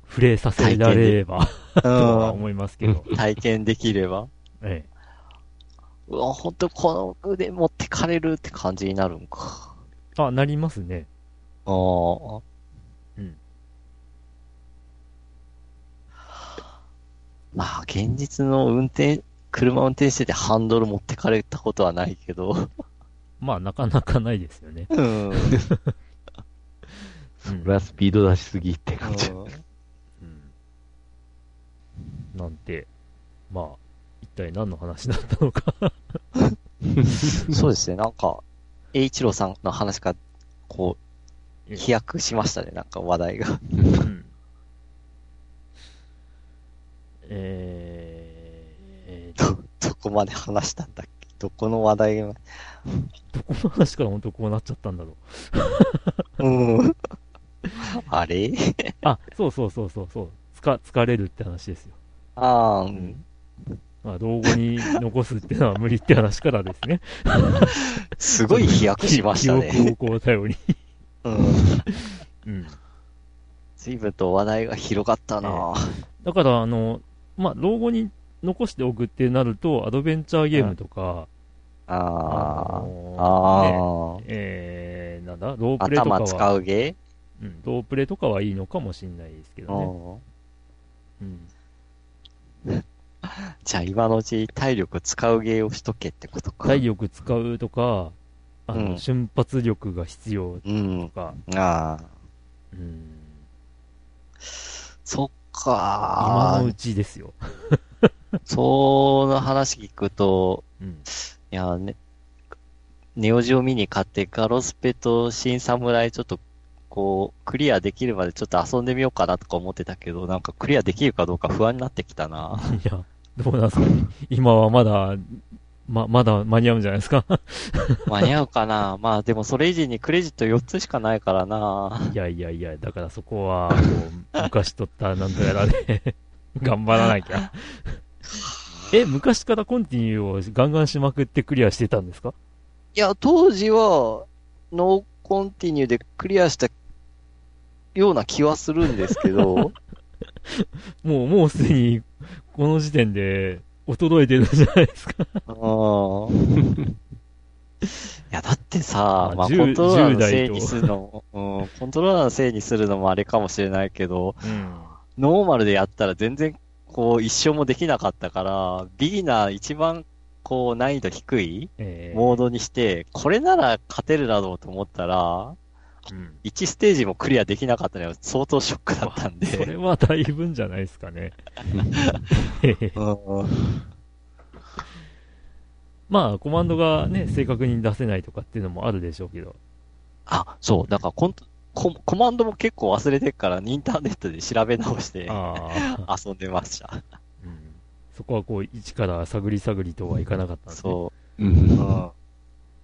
Speaker 2: 触れさせられれば、とは思いますけど。
Speaker 4: 体験できれば。
Speaker 2: ええ、
Speaker 4: うわ、ほんとこの腕持ってかれるって感じになるんか。
Speaker 2: あ、なりますね。
Speaker 4: ああ。
Speaker 2: うん。
Speaker 4: まあ、現実の運転、車運転しててハンドル持ってかれたことはないけど。
Speaker 2: まあ、なかなかないですよね。
Speaker 4: うん。
Speaker 2: うん
Speaker 3: これはスピード出しすぎって感じ。
Speaker 2: うんなんて、まあ、一体何の話だったのか。
Speaker 4: そうですね、なんか、栄一郎さんの話が、こう、飛躍しましたね、なんか話題が。
Speaker 2: うんえー、
Speaker 4: ど、どこまで話したんだっけどこの話題が。
Speaker 2: どこの話から本当こうなっちゃったんだろう。
Speaker 4: うん。あれ
Speaker 2: あ、そうそうそうそうそう。つか疲れるって話ですよ。
Speaker 4: ああ、うん
Speaker 2: まあ、老後に残すってのは無理って話からですね。
Speaker 4: すごい飛躍しました
Speaker 2: 記
Speaker 4: ね。
Speaker 2: 憶をこう頼りに。
Speaker 4: うん。
Speaker 2: うん。
Speaker 4: 随分と話題が広がったな
Speaker 2: だから、あの、まあ、老後に残しておくってなると、アドベンチャーゲームとか、
Speaker 4: ああ、
Speaker 2: のね
Speaker 4: ああ、
Speaker 2: えー、なんだ、ロープレとか
Speaker 4: 頭
Speaker 2: は、
Speaker 4: 使うゲ
Speaker 2: うん、ロープレとかはいいのかもしれないですけ
Speaker 4: ー
Speaker 2: どね。
Speaker 4: う
Speaker 2: う
Speaker 4: ん
Speaker 2: ん、
Speaker 4: じゃあ今のうち体力使うゲーをしとけってことか。
Speaker 2: 体力使うとか、あの、
Speaker 4: うん
Speaker 2: 瞬発力が必要
Speaker 4: う
Speaker 2: と。
Speaker 4: ん
Speaker 2: か、
Speaker 4: ああ、
Speaker 2: うん、
Speaker 4: そっ
Speaker 2: 今
Speaker 4: か
Speaker 2: のうちですよ。
Speaker 4: その話聞くと、
Speaker 2: うん、
Speaker 4: いや、ね、ネオジオミニ買ってガロスペと新侍ちょっと、こう、クリアできるまでちょっと遊んでみようかなとか思ってたけど、なんかクリアできるかどうか不安になってきたな。
Speaker 2: いや、どうなんすか、 今はまだ、ま、まだ間に合うんじゃないですか。
Speaker 4: 間に合うかなまあでもそれ以前にクレジット4つしかないからない
Speaker 2: やいやいや、だからそこは、こう昔取ったなんとやらで、 頑張らなきゃ。 え、昔からコンティニューをガンガンしまくってクリアしてたんですか
Speaker 4: いや、当時は、ノーコンティニューでクリアしたような気はするんですけ ど、
Speaker 2: もう、もうすでに、この時点で、衰えてるじゃないですか。
Speaker 4: うん。いや、だってさ
Speaker 2: まあ、
Speaker 4: まあ、コ
Speaker 2: 10
Speaker 4: ントローラーのせ
Speaker 2: 10代
Speaker 4: い
Speaker 2: と
Speaker 4: にするのも、うん、コントローラーのせいにするのもあれかもしれないけど、
Speaker 2: うん。
Speaker 4: ノーマルでやったら全然、こう、一生もできなかったから、ビギナー一番、こう、難易度低い
Speaker 2: えー
Speaker 4: モードにして、これなら勝てるだろうと思ったら、
Speaker 2: うん
Speaker 4: 1ステージもクリアできなかったのは相当ショックだったん
Speaker 2: それ
Speaker 4: で。
Speaker 2: はだいぶんじゃないですか ね。
Speaker 4: うん
Speaker 2: まあ、コマンドがね、正確に出せないとかっていうのもあるでしょうけど。
Speaker 4: あ、そう、だからコントコ、コマンドも結構忘れてっから、インターネットで調べ直して
Speaker 2: ああ。
Speaker 4: 遊んでました。
Speaker 2: うんそこはこう、一から探り探りとはいかなかったんで、
Speaker 4: そうう。うんん。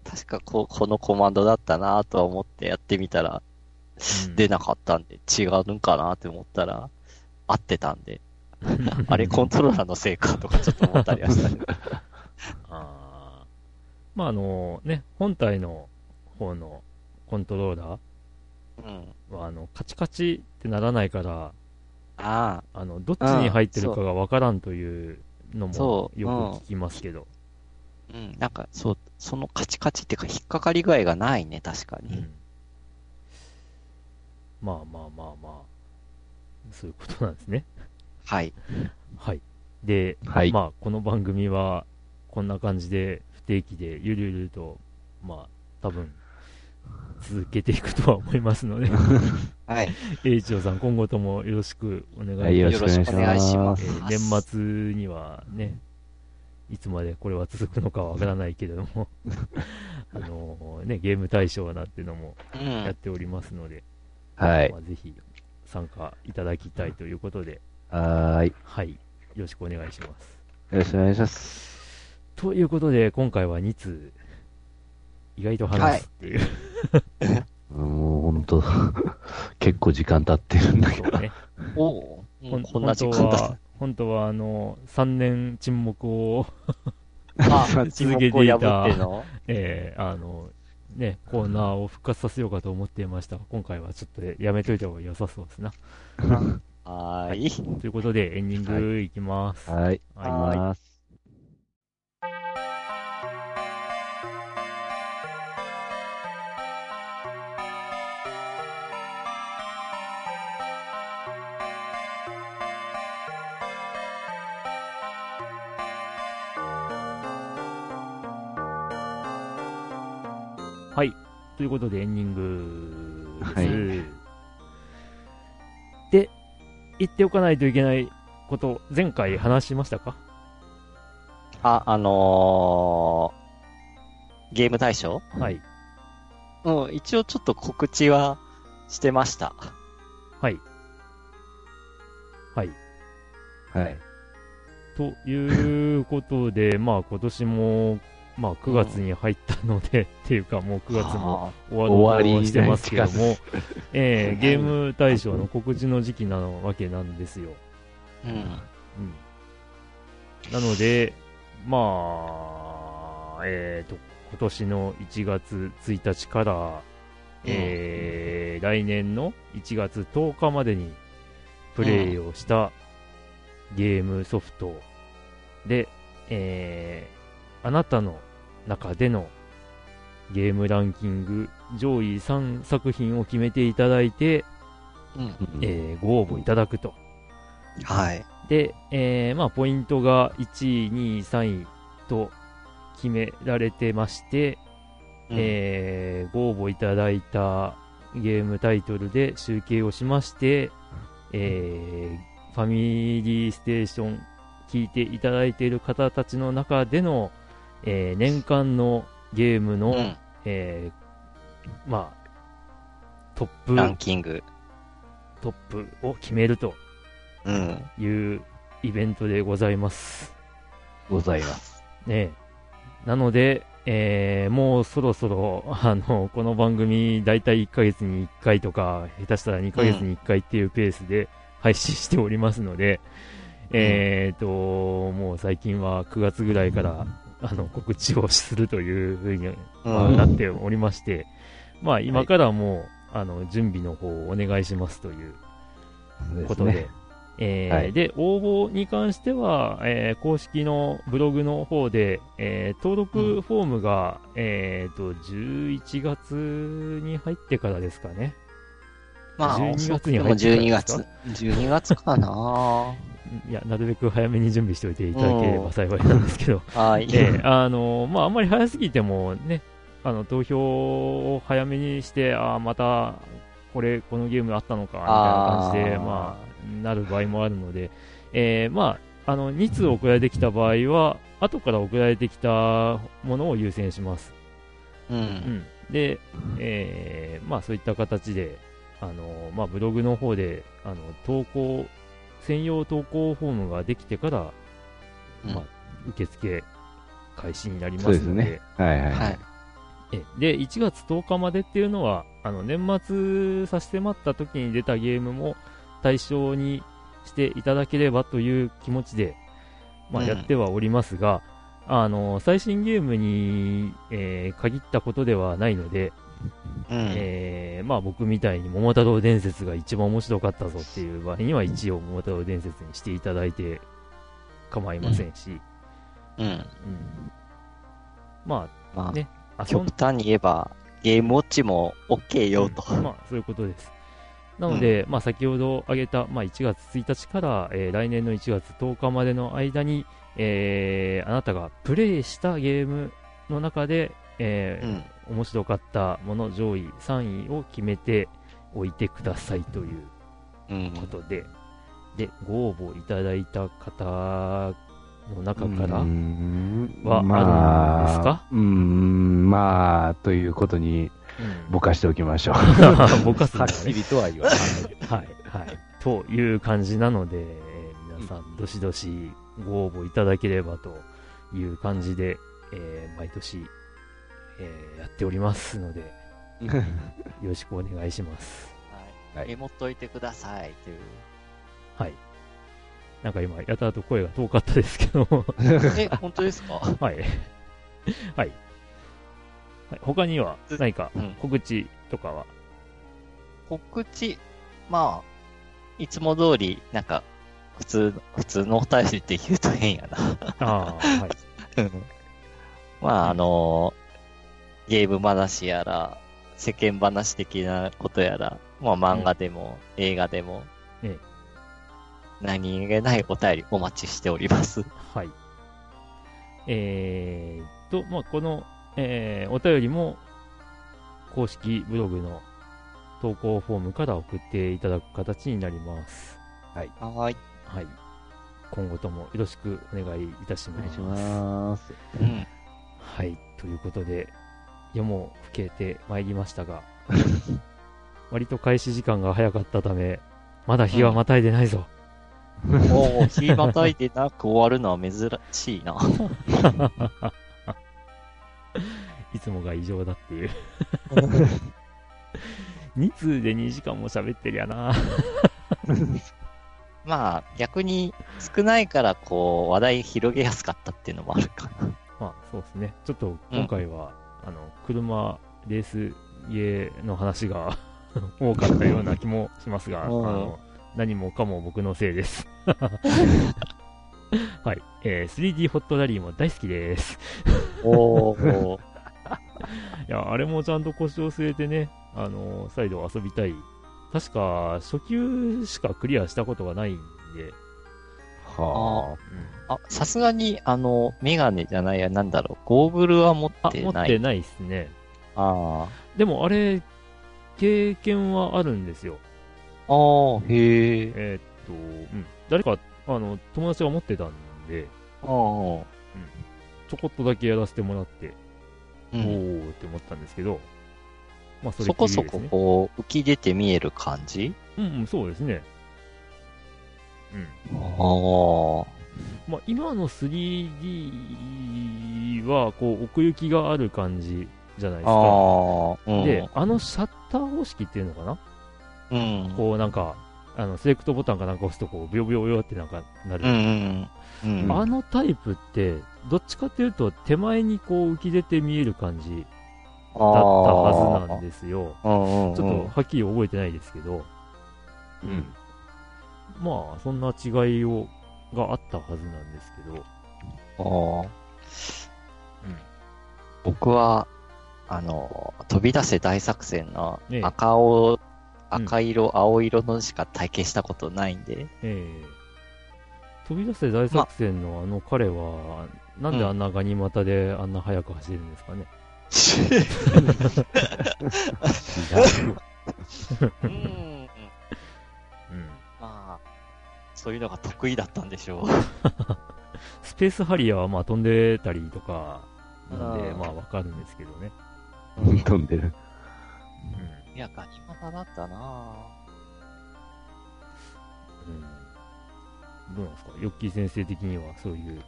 Speaker 4: 確かこ、このコマンドだったなとは思ってやってみたら、
Speaker 2: うん
Speaker 4: 出なかったんで、違うんかなって思ったら、合ってたんで、あれ、コントローラーのせいかとかちょっと思ったりはしたけ ど。
Speaker 2: あーまああのね、本体の方のコントローラ
Speaker 4: うん。
Speaker 2: ーはあのカチカチってならないから、
Speaker 4: あ
Speaker 2: あのどっちに入ってるかがわからんというのも
Speaker 4: そう
Speaker 2: よく聞きますけど、
Speaker 4: あ、うん。なんか、そう、そのカチカチっていうか、引っかかり具合がないね、確か
Speaker 2: う
Speaker 4: に。
Speaker 2: んまあまあまあまあ、そういうことなんですね。
Speaker 4: はい。
Speaker 2: はい。で、
Speaker 3: はい。
Speaker 2: まあ、この番組は、こんな感じで、不定期で、ゆるゆると、まあ、多分、続けていくとは思います ので、
Speaker 4: はい。
Speaker 2: 栄一郎さん、今後ともよろしくお願
Speaker 3: はいい、
Speaker 2: い
Speaker 3: よ
Speaker 2: た
Speaker 3: ろ
Speaker 2: し
Speaker 3: しく
Speaker 2: ま
Speaker 3: お願いし
Speaker 4: よろしくお願
Speaker 3: ます。
Speaker 4: いします
Speaker 2: す。えー年末にはね、いつまでこれは続くのかわからないけれど も、あのね、ゲーム大賞なんてのも
Speaker 4: う
Speaker 2: やっ
Speaker 4: ん。
Speaker 2: ておりますので、
Speaker 3: はい
Speaker 2: ま。あ、ぜひ参加いただきたいということで、
Speaker 3: はーい。よ
Speaker 2: はい、よろしくお願いします。
Speaker 3: ろしくお願いします。
Speaker 2: ということで、今回は2通、意外と話すっていう、
Speaker 3: もう本 当結構時間経ってるんだけ
Speaker 2: そう
Speaker 3: ど。
Speaker 2: ね、
Speaker 4: おおう
Speaker 2: ほん
Speaker 4: ん こん
Speaker 2: 本
Speaker 4: な時
Speaker 2: 当
Speaker 4: 間だ
Speaker 2: は、本当はあの、3年沈黙を、
Speaker 4: あ、
Speaker 2: 続けてい た
Speaker 4: 沈黙を破って の
Speaker 2: えーあの、ね、コーナーを復活させようかと思っていましたが今回はちょっとやめといた方が良さそうですな。
Speaker 4: はーい。
Speaker 2: ということで、エンディングいきます。
Speaker 3: はい。
Speaker 2: はい
Speaker 4: はーい
Speaker 2: はい。ということで、エンディングです。
Speaker 3: は
Speaker 2: で、言っておかないといけないこと、前回話しましたか
Speaker 4: あ、あのー、ゲーム大賞
Speaker 2: はい。
Speaker 4: うん、一応ちょっと告知はしてました。
Speaker 2: はい。はい。
Speaker 3: はい。
Speaker 2: ということで、 まあ今年も、まあ9月に入ったので、っていうかもう9月も
Speaker 4: は
Speaker 2: 終わ
Speaker 3: 終
Speaker 2: ろ
Speaker 3: わ
Speaker 2: うと
Speaker 3: り
Speaker 2: してますけど
Speaker 3: 近
Speaker 2: も、えーゲーム大賞の告知の時期なわけなんですよ。
Speaker 4: あ。うん。
Speaker 2: うん、なので、まあ、えっ、と、今年の1月1日から、えー来年の1月10日までにプレイをしたゲームソフトで、えーあなたの中でのゲームランキング上位3作品を決めていただいて、
Speaker 4: うん。
Speaker 2: えーご応募いただくと。
Speaker 4: はい。
Speaker 2: で、えーまあ、ポイントが1位、2位、3位と決められてまして、えーご応募いただいたゲームタイトルで集計をしまして、えーファミリーステーション聞いていただいている方たちの中での、えー年間のゲームの、
Speaker 4: うん
Speaker 2: えーまあ、トップ、
Speaker 4: ランキング。
Speaker 2: トップを決めると
Speaker 4: うん。
Speaker 2: いうイベントでございます。
Speaker 3: ございます。
Speaker 2: ねえなので、えーもうそろそろ、 あの、この番組、だいたい1ヶ月に1回とか、下手したら2ヶ月に1回っていうペースで配信しておりますので、えーと、もう最近は9月ぐらいから、あの、告知をするというふうに、まあ
Speaker 4: うん
Speaker 2: なっておりまして、まあ今からもう、あの、準備の方をお願いしますということで、。えー
Speaker 3: はい
Speaker 2: で応募に関しては、えー公式のブログの方で、えー登録フォームが、えー、と11月に入ってからですかね、
Speaker 4: まあ、
Speaker 2: 12月に
Speaker 4: でも
Speaker 2: 入ってるん
Speaker 4: 12
Speaker 2: ですか
Speaker 4: 月。12月か な
Speaker 2: いやなるべく早めに準備しておいていただければ幸いなんですけど、
Speaker 4: はい。
Speaker 2: えーあのまあ、あんまり早すぎてもね、あの投票を早めにして、あーまたこれ、このゲームあったのかみたいな感じで、
Speaker 4: あー
Speaker 2: まあ、なる場合もあるので、えーまあ、あの2通送られてきた場合は、後から送られてきたものを優先します。
Speaker 4: う。
Speaker 2: うんん、で、えーまあ、そういった形で、あのまあ、ブログの方であの投稿専用投稿フォームができてから
Speaker 4: うん
Speaker 2: 受付開始になります
Speaker 3: そ
Speaker 2: の
Speaker 3: う
Speaker 2: で
Speaker 3: ですね。はいはい。
Speaker 4: はい。
Speaker 2: えで1月10日までっていうのはあの年末差し迫った時に出たゲームも対象にしていただければという気持ちで、まあ、
Speaker 4: うん
Speaker 2: やってはおりますが、あの最新ゲームに、えー限ったことではないので、
Speaker 4: うん。
Speaker 2: えーまあ、僕みたいに桃太郎伝説が一番面白かったぞっていう場合には一応桃太郎伝説にしていただいて構いませんし、
Speaker 4: うん。
Speaker 2: うんま
Speaker 4: ま
Speaker 2: あ
Speaker 4: あ、
Speaker 2: ね、遊ん
Speaker 4: 極端に言えば、ゲームウォッチも OK よと。
Speaker 2: うんまあ、そういうことです。なので、まあ、先ほど挙げた、まあ、1月1日から、えー来年の1月10日までの間に、えーあなたがプレイしたゲームの中で、え
Speaker 4: う
Speaker 2: ー
Speaker 4: ん。
Speaker 2: 面白かったもの上位3位を決めておいてくださいという
Speaker 4: うん
Speaker 2: こ。とで、で、ご応募いただいた方の中から、は
Speaker 3: は
Speaker 2: あるんですか
Speaker 3: うーん、まあ、ということに
Speaker 2: うん
Speaker 3: ぼかしておきましょう。
Speaker 2: ぼかすんだね
Speaker 3: とは言わない
Speaker 2: はい、はい。という感じなので、えー皆さん、どしどしご応募いただければという感じで、えー毎年、えーやっておりますので、よろしくお願いします。
Speaker 4: は。
Speaker 3: はいい
Speaker 4: メモっといてくださいという。
Speaker 2: はい。なんか今、やたらと声が遠かったですけども、
Speaker 4: え、本当ですか
Speaker 2: はい。はい。はい、他には何か
Speaker 4: うん
Speaker 2: 告知とかは、
Speaker 4: 告知、まあ、いつも通り、なんか、普通の、普通のお便りって言うと変やな。
Speaker 2: ああ、はい。
Speaker 4: まあ、あのゲーム話やら、世間話的なことやら、まあ、漫画でも、映画でも、
Speaker 2: え
Speaker 4: 何気ないお便りお待ちしております。
Speaker 2: はい。えー、と、まあ、この、えーお便りも、公式ブログの投稿フォームから送っていただく形になります。
Speaker 4: はい。
Speaker 2: はい。今後ともよろしくお願いいたし
Speaker 3: お
Speaker 2: ま
Speaker 3: 願い
Speaker 2: す。
Speaker 3: します。
Speaker 4: うん。
Speaker 2: はい。ということで、夜も更けてまいりました が、割と開始時間が早かったため、まだ日はまたいでないぞ。
Speaker 4: おー、日またいでなく終わるのは珍しいな。
Speaker 2: いつもが異常だっていう。2通で2時間も喋ってりゃな。
Speaker 4: まあ、逆に少ないから、こう、話題広げやすかったっていうのもあるかな。
Speaker 2: まあそうですね。ちょっと今回は、あの、車、レース、家の話が 多かったような気もしますが、あ
Speaker 4: うん
Speaker 2: の、何もかも僕のせい です。はい。えー 3D ホットラリーも大好きです。
Speaker 4: おー。
Speaker 2: いや、あれもちゃんと腰を据えてね、あの、再度遊びたい。確か、初級しかクリアしたことがないんで、
Speaker 3: は
Speaker 4: あ、さすがに、あの、メガネじゃないや、なんだろう、ゴーグルは持
Speaker 2: あ
Speaker 4: っ、て
Speaker 2: 持
Speaker 4: な
Speaker 2: って
Speaker 4: い。
Speaker 2: ないですね。
Speaker 4: あ
Speaker 2: でもあれ、経験はあるんですよ。
Speaker 4: あ。ああ、へえ。
Speaker 2: えーっと、うん、誰か、あの、友達が持ってたんで、
Speaker 4: あ
Speaker 2: ち
Speaker 4: あ。
Speaker 2: ょこっとだけやらせてもらって、
Speaker 4: う
Speaker 2: お
Speaker 4: ん。
Speaker 2: ーって思ったんですけど、まあ、それきり
Speaker 4: そこ
Speaker 2: です
Speaker 4: そ
Speaker 2: ね。
Speaker 4: ここう、浮き出て見える感じ
Speaker 2: うん、うん、そうですね。うん。
Speaker 4: ああ。
Speaker 2: まあ、今の 3D は、こう、奥行きがある感じじゃないです
Speaker 4: あ
Speaker 2: か。
Speaker 4: あ。うん。
Speaker 2: で、あのシャッター方式っていうのかな
Speaker 4: うん。
Speaker 2: こう、なんか、あの、セレクトボタンかなんか押すと、こう、ビョビョビョってなんかなる
Speaker 4: うんうんうん。うん。
Speaker 2: あのタイプって、どっちかというと、手前にこう浮き出て見える感じ
Speaker 4: た
Speaker 2: だったはずなんですよ。
Speaker 4: ずなんうんうんうん。
Speaker 2: ちょっとはっきり覚えてないですけど、
Speaker 3: ーうん。
Speaker 2: まあ、そんな違いをがあったはずなんですけど、
Speaker 4: ああ。僕は、あの、飛び出せ大作戦の
Speaker 2: ええ
Speaker 4: 赤を、
Speaker 2: うん
Speaker 4: 赤色、青色のしか体験したことないんで。
Speaker 2: えー飛び出せ大作戦のあの彼は、なんであんなガニ股であんな速く走れるんですかね。
Speaker 4: うん。
Speaker 2: うん
Speaker 4: まあ、そういうのが得意だったんでしょう。
Speaker 2: スペースハリアーはまあ飛んでたりとか、なんで、
Speaker 4: あー
Speaker 2: まあわかるんですけどね。
Speaker 3: 飛んでる。
Speaker 4: いや、ガニ股だったな
Speaker 2: うんどうなんですか、ヨッキー先生的にはそういう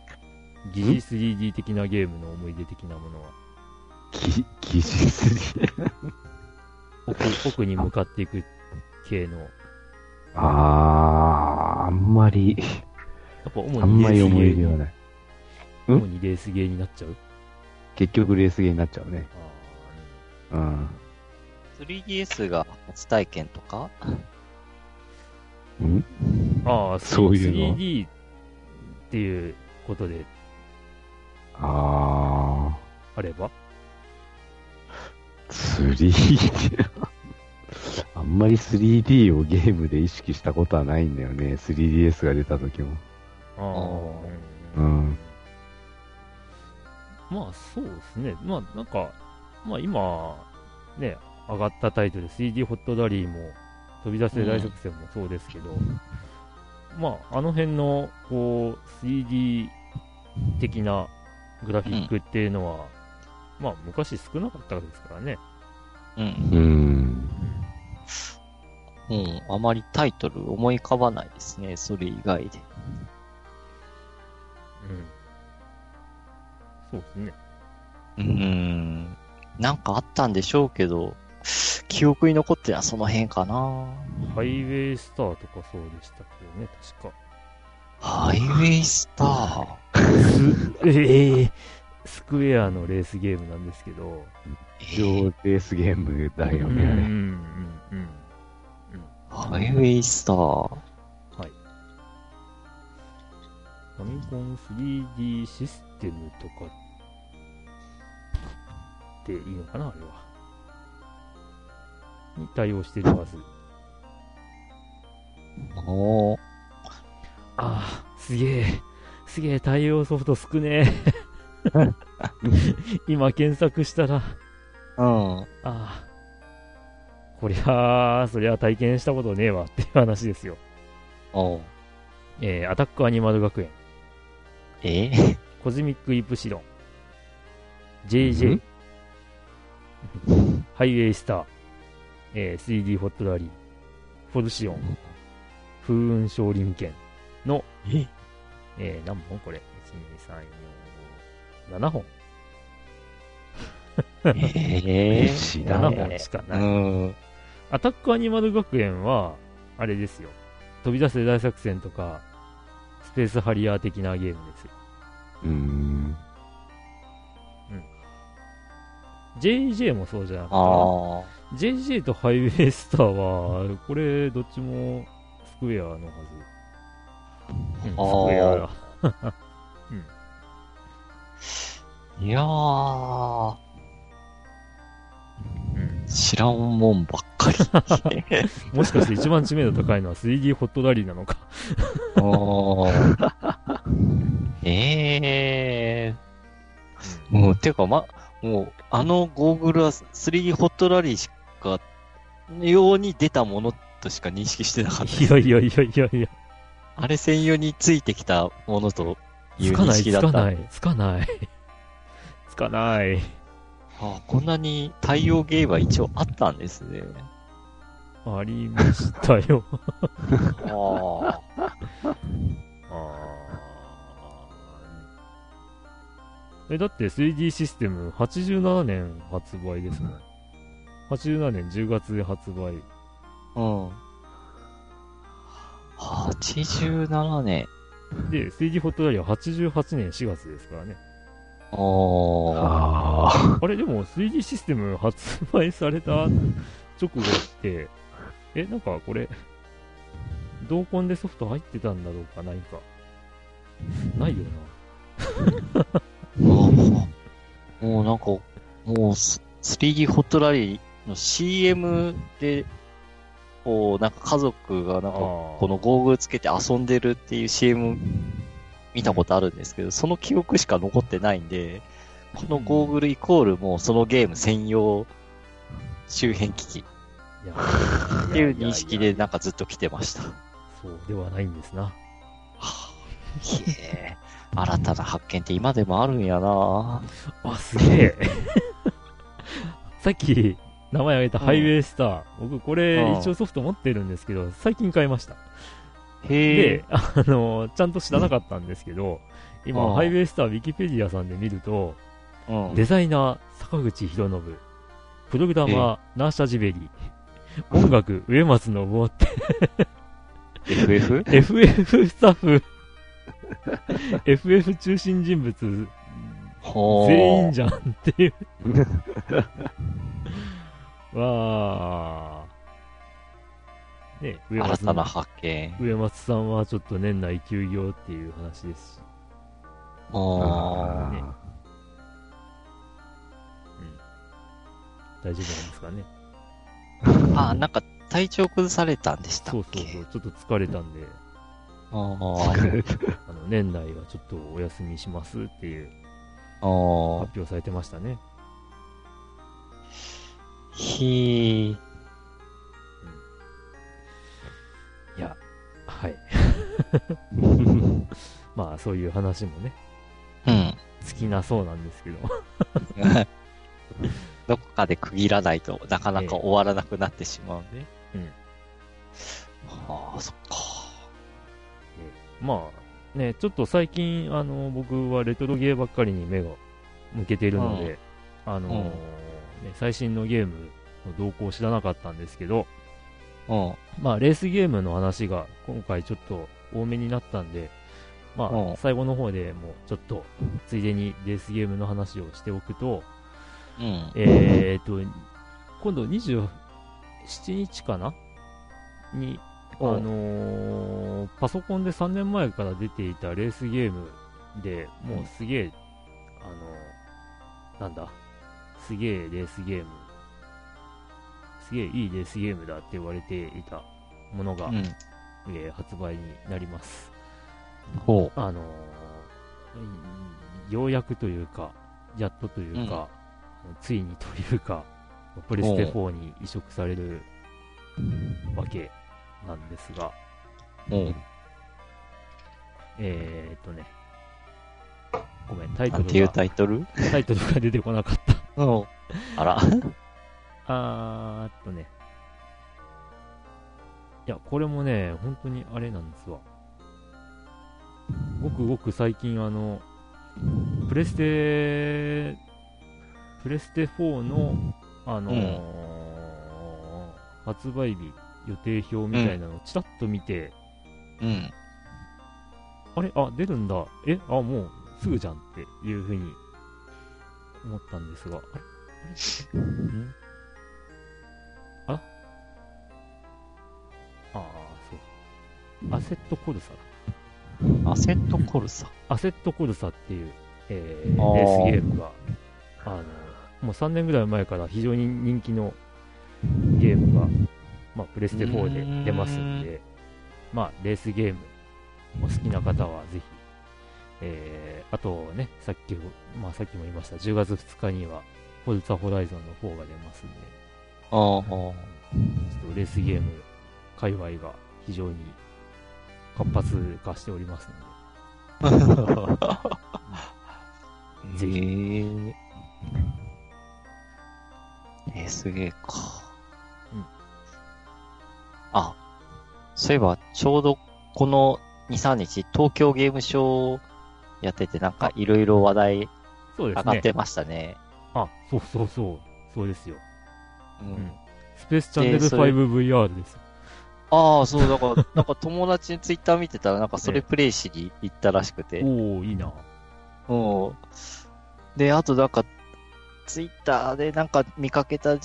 Speaker 2: 疑似 3D 的なゲームの思い出的なものは
Speaker 3: き、技術に。
Speaker 2: 奥奥に向かっていく系のや
Speaker 3: ああ、あんまり、
Speaker 2: っぱ
Speaker 3: あ
Speaker 2: 主
Speaker 3: ん
Speaker 2: に
Speaker 3: まり
Speaker 2: レースゲ
Speaker 3: 思い
Speaker 2: ー
Speaker 3: 出は
Speaker 2: に
Speaker 3: ない。うん
Speaker 2: 主にレースゲーになっちゃう
Speaker 3: 結局レースゲーになっちゃうね
Speaker 2: あ。ー
Speaker 3: うん。
Speaker 4: 3DS が初体験とか
Speaker 3: うん
Speaker 2: あー
Speaker 3: そういうの
Speaker 2: 3D っていうことで
Speaker 3: あ
Speaker 2: あれば
Speaker 3: あ、3D。あんまり 3D をゲームで意識したことはないんだよね。3DS が出た時も。
Speaker 2: あーう
Speaker 3: う
Speaker 2: ん
Speaker 3: ん。
Speaker 2: まあそうですね、まあなんか、まあ今、ね、上がったタイトル、3D ホットラリーも、飛び出せ大作戦もそうですけど、まああの辺のこう 3D 的なグラフィックっていうのは、まあ昔少なかったですからね。
Speaker 4: う。
Speaker 3: うんん。
Speaker 4: うん。あまりタイトル思い浮かばないですね。それ以外で。
Speaker 2: うん、そうですね。
Speaker 4: うん。なんかあったんでしょうけど、記憶に残ってるのはその辺かな。
Speaker 2: ハイウェイスターとかそうでしたけどね、確か。
Speaker 4: ハイウェイスター。
Speaker 2: ええスクエアのレースゲームなんですけど、
Speaker 3: 一応レースゲームだよ
Speaker 2: うんうん
Speaker 3: ね、
Speaker 2: うんうん
Speaker 4: ハイウェイスター。
Speaker 2: はい。ファミコン 3D システムとかでいいのかな、あれは。に対応してるはず。
Speaker 4: おー
Speaker 2: ああ、すげえ。すげえ、対応ソフト少ねえ。 今検索したら、
Speaker 4: うん。
Speaker 2: ああ、こりゃあ、そりゃ体験したことねえわっていう話ですよ。
Speaker 4: おう
Speaker 2: えー、アタックアニマル学園、
Speaker 4: え
Speaker 2: コズミックイプシロン、
Speaker 3: う
Speaker 2: JJ
Speaker 3: ん、
Speaker 2: ハイウェイスター、えー、3D ホットラリー、フォルシオン、風雲少林拳の、
Speaker 4: え
Speaker 2: えー、何本これ ?1、2、3、4、7本。
Speaker 4: え
Speaker 3: レシだ
Speaker 2: 7
Speaker 3: ね。
Speaker 2: 本しか
Speaker 4: う
Speaker 2: ない。
Speaker 4: ん。
Speaker 2: アタックアニマル学園は、あれですよ。飛び出せ大作戦とか、スペースハリアー的なゲームですよ。
Speaker 3: うん。
Speaker 2: JJ もそうじゃなくて、
Speaker 4: ああ。
Speaker 2: JJ とハイウェイスターは、これ、どっちもスクエアのはず。うん、ス
Speaker 4: あー
Speaker 2: クエアだ。
Speaker 4: いやー、
Speaker 2: うん
Speaker 4: 知らんもんばっかり。
Speaker 2: もしかして一番知名度高いのは 3D ホットラリーなのか。
Speaker 4: おー。 えー。もう、てか、ま、もう、あのゴーグルは 3D ホットラリーしか、用に出たものとしか認識してなかった。
Speaker 2: いやいやいやいやいや、
Speaker 4: あれ専用についてきたものとい
Speaker 2: つ
Speaker 4: う
Speaker 2: か
Speaker 4: 認
Speaker 2: ない、
Speaker 4: 識
Speaker 2: つ
Speaker 4: だった。
Speaker 2: かない、つかない。つかない。
Speaker 4: ああこんなに対応ゲームは一応あったんですね。
Speaker 2: ありましたよ。
Speaker 4: あ
Speaker 2: あーえ、だって 3D システム87年発売ですもん。87年10月で発売。
Speaker 4: あ。うん。87年。
Speaker 2: で、3D ホットダイヤは88年4月ですからね。
Speaker 4: ああ。
Speaker 3: あ
Speaker 2: あれ、でも 3D システム発売された直後って、え、なんかこれ、同梱でソフト入ってたんだろうか、ないか。ないよ
Speaker 4: もうなんか、もうす 3D ホットラリーの CM で、こう、なんか家族がなん
Speaker 2: な。
Speaker 4: か、
Speaker 2: こ
Speaker 4: このゴーグルつけて遊んでるっていう CM 見たことあるんですけど、その記憶しか残ってないんで、このゴーグルイコールもうそのゲーム専用周辺機器 っ
Speaker 2: って
Speaker 4: いう認識でなんかずっと来てました。
Speaker 2: そうではないんですな。
Speaker 4: へえ、新たな発見って今でもあるんやな
Speaker 2: あ、すげえ。 さっき、名前挙げたハイウェイスター。僕、こ
Speaker 4: う
Speaker 2: れ、
Speaker 4: ん
Speaker 2: 一応ソフト持ってるんですけど、最近買いました。
Speaker 4: へえ
Speaker 2: で、、あの、ちゃんと知らなかったんですけど、今、
Speaker 4: ああ
Speaker 2: ハイウェイスターウィキペディアさんで見ると、
Speaker 4: うん。
Speaker 2: デザイナー、坂口博信、プログラマー、ナーシャジベリー、音楽、植松信夫って
Speaker 3: FF?
Speaker 2: FF スタッ フ、FF 中心人物、
Speaker 4: ほー
Speaker 2: 全員じゃんって いう。わあ。ね、上
Speaker 4: 新
Speaker 2: 松
Speaker 4: たな発見。
Speaker 2: 上松さんはちょっと年内休業っていう話ですし。
Speaker 4: あ
Speaker 2: ね
Speaker 3: あ
Speaker 2: 大丈夫なんですかね。
Speaker 4: ーあー、なんか体調崩されたんでした
Speaker 2: そう
Speaker 4: っ
Speaker 2: そうそ
Speaker 4: け
Speaker 2: う、ちょっと疲れたんで、
Speaker 4: あー
Speaker 2: あの年内はちょっとお休みしますっていう
Speaker 4: あー
Speaker 2: 発。表されてましたね。
Speaker 4: ひー。
Speaker 2: いや、はい。まあそういう話もね、
Speaker 4: うん。
Speaker 2: 尽きなそうなんですけど。
Speaker 4: どっかで区切らないとなかなか終わらなくなってしまうんで。
Speaker 2: ええうん。
Speaker 4: ああ、そっか。
Speaker 2: まあね、ちょっと最近、あの僕はレトロゲーばっかりに目が向けているので、あの
Speaker 4: うん
Speaker 2: ね、最新のゲームの動向を知らなかったんですけど、
Speaker 4: うん。
Speaker 2: まあ、レースゲームの話が今回ちょっと多めになったんで、ま
Speaker 4: うん
Speaker 2: あ、最後の方でもうちょっとついでにレースゲームの話をしておくと、
Speaker 4: うん。
Speaker 2: えー、と、今度27日かなに、あ
Speaker 4: うん
Speaker 2: のーパソコンで3年前から出ていたレースゲームでもうすげえ、あのーなんだ、すげえレースゲーム、すげえいいレースゲームだって言われていたものが、
Speaker 4: うん。
Speaker 2: えー発売になります。
Speaker 4: ほ
Speaker 2: あのーようやくというか、やっとというか、ついにというか、プレステ4に移植されるわけなんですが、
Speaker 4: う。うん。
Speaker 2: えー、っとね、ごめん、タイ
Speaker 4: な
Speaker 2: ト
Speaker 4: んてい
Speaker 2: ル
Speaker 4: う
Speaker 2: が、
Speaker 4: タイトル
Speaker 2: タイトルが出てこなかっ
Speaker 4: うん。あら。
Speaker 2: た。あーっとね、いや、これもね、本当にあれなんですわ。ごくごく最近、あの、プレステ、プレステ4の、あのー発売日予定表みたいなのをちらっと見て、
Speaker 4: うん。
Speaker 2: あれあ、出るんだ。えあ、もうすぐじゃんっていうふうに思ったんですが、あれあれんああーそう。アセットコルサ
Speaker 4: アセットコルサ。
Speaker 2: アセットコルサっていう、えー
Speaker 4: あー
Speaker 2: レースゲームが、あの、もう3年ぐらい前から非常に人気のゲームが、まあ、プレステ4で出ますんで、まあ、レースゲーム、お好きな方はぜひ、えー、あとね、さっきも、まあ、さっきも言いました、10月2日には、フォルツァホライゾンの4が出ますんで、
Speaker 4: ああ。
Speaker 2: ちょっとレースゲーム界隈が非常に活発化しておりますので、
Speaker 4: へ
Speaker 2: ぜひ
Speaker 4: え。えー、すげえか。
Speaker 2: うん
Speaker 4: あ、そういえば、ちょうどこの2、3日、東京ゲームショーやってて、なんかいろいろ話題
Speaker 2: そうで
Speaker 4: 上
Speaker 2: す
Speaker 4: が
Speaker 2: ね
Speaker 4: っ。てましたね。
Speaker 2: あ、そうそうそう。そうですよ。
Speaker 4: うん、
Speaker 2: スペースチャンネル
Speaker 4: でそれ
Speaker 2: 5VR ですよ。
Speaker 4: ああ、そう、だから、なんか友達にツイッター見てたら、なんかそれプレイしに行ったらしくて。
Speaker 2: おおいいな。
Speaker 4: うん。で、あとなんか、ツイッターでなんか見かけた、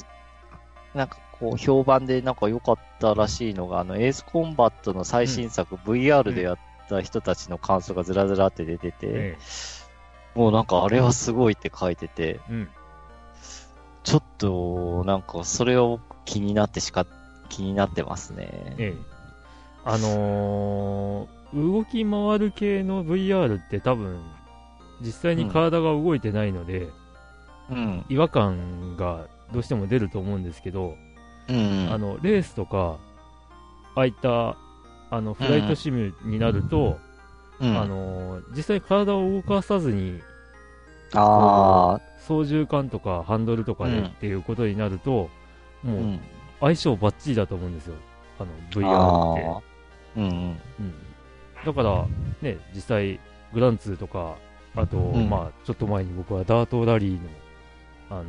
Speaker 4: なんかこう、評判でなんか良かったらしいのが、あの、エースコンバットの最新作、VR でやった人たちの感想がずらずらって出てて、
Speaker 2: え
Speaker 4: もうなんかあれはすごいって書いてて、
Speaker 2: え。うん。
Speaker 4: ちょっと、なんかそれを気になってしか、気になってますね。
Speaker 2: ええ。あのー、動き回る系の VR って多分、実際に体が動いてないので、
Speaker 4: うん。
Speaker 2: 違和感がどうしても出ると思うんですけど、
Speaker 4: うん。
Speaker 2: あの、レースとか、ああいった、あの、フライトシムになると、
Speaker 4: うん、
Speaker 2: あのー実際体を動かさずに、
Speaker 4: あ
Speaker 2: 操縦感とかハンドルとかでっていうことになると、
Speaker 4: ー、う。
Speaker 2: もうん相性バッチリだと思うんですよ、あの VR って
Speaker 4: あー。うん。。
Speaker 2: うん、だから、ね、実際、グランツーとか、あと、
Speaker 4: ん
Speaker 2: まあ、ちょっと前に僕はダートラリーの、あの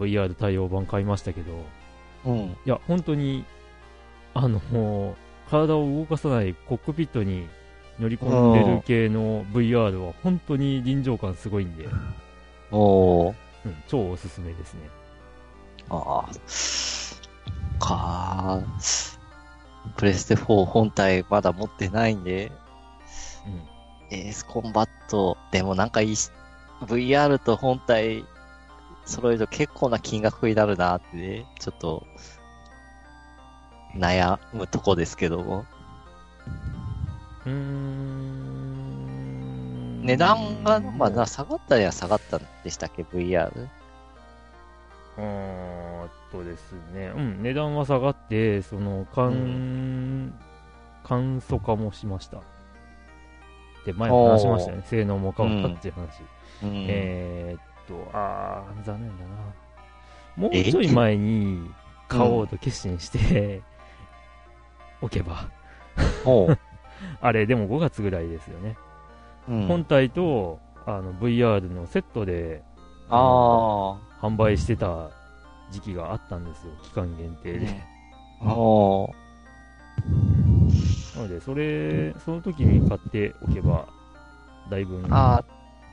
Speaker 2: ー VR 対応版買いましたけど、
Speaker 4: うん。
Speaker 2: いや、本当に、あのー体を動かさないコックピットに乗り込んでる系の VR は本当に臨場感すごいんで、う
Speaker 4: おー。
Speaker 2: ん、超おすすめですね。
Speaker 4: ああ。かープレステ4本体まだ持ってないんで、
Speaker 2: うん
Speaker 4: エースコンバット、でもなんかいいし VR と本体揃えると結構な金額になるなってね、ちょっと、悩むとこですけども。
Speaker 2: うーん
Speaker 4: 値段が、まあな、下がったりは下がったんでしたっけ、VR。
Speaker 2: うーんとですね、うん、値段は下がって、その、簡、簡素化もしました。で、前も話しましたよね。性能も変わったっていう話。
Speaker 4: うん。
Speaker 2: えーっと、あー、残念だな。もうちょい前に買おうと決心して、おけば。
Speaker 4: ほう。
Speaker 2: あれ、でも5月ぐらいですよね。
Speaker 4: うん
Speaker 2: 本体と、あの、VR のセットで、
Speaker 4: ああ。
Speaker 2: 販売してた時期があったんですよ、期間限定で。
Speaker 4: お
Speaker 2: なので、それ、その時に買っておけば、だいぶ、
Speaker 4: あ
Speaker 2: あ
Speaker 4: あ、
Speaker 2: れ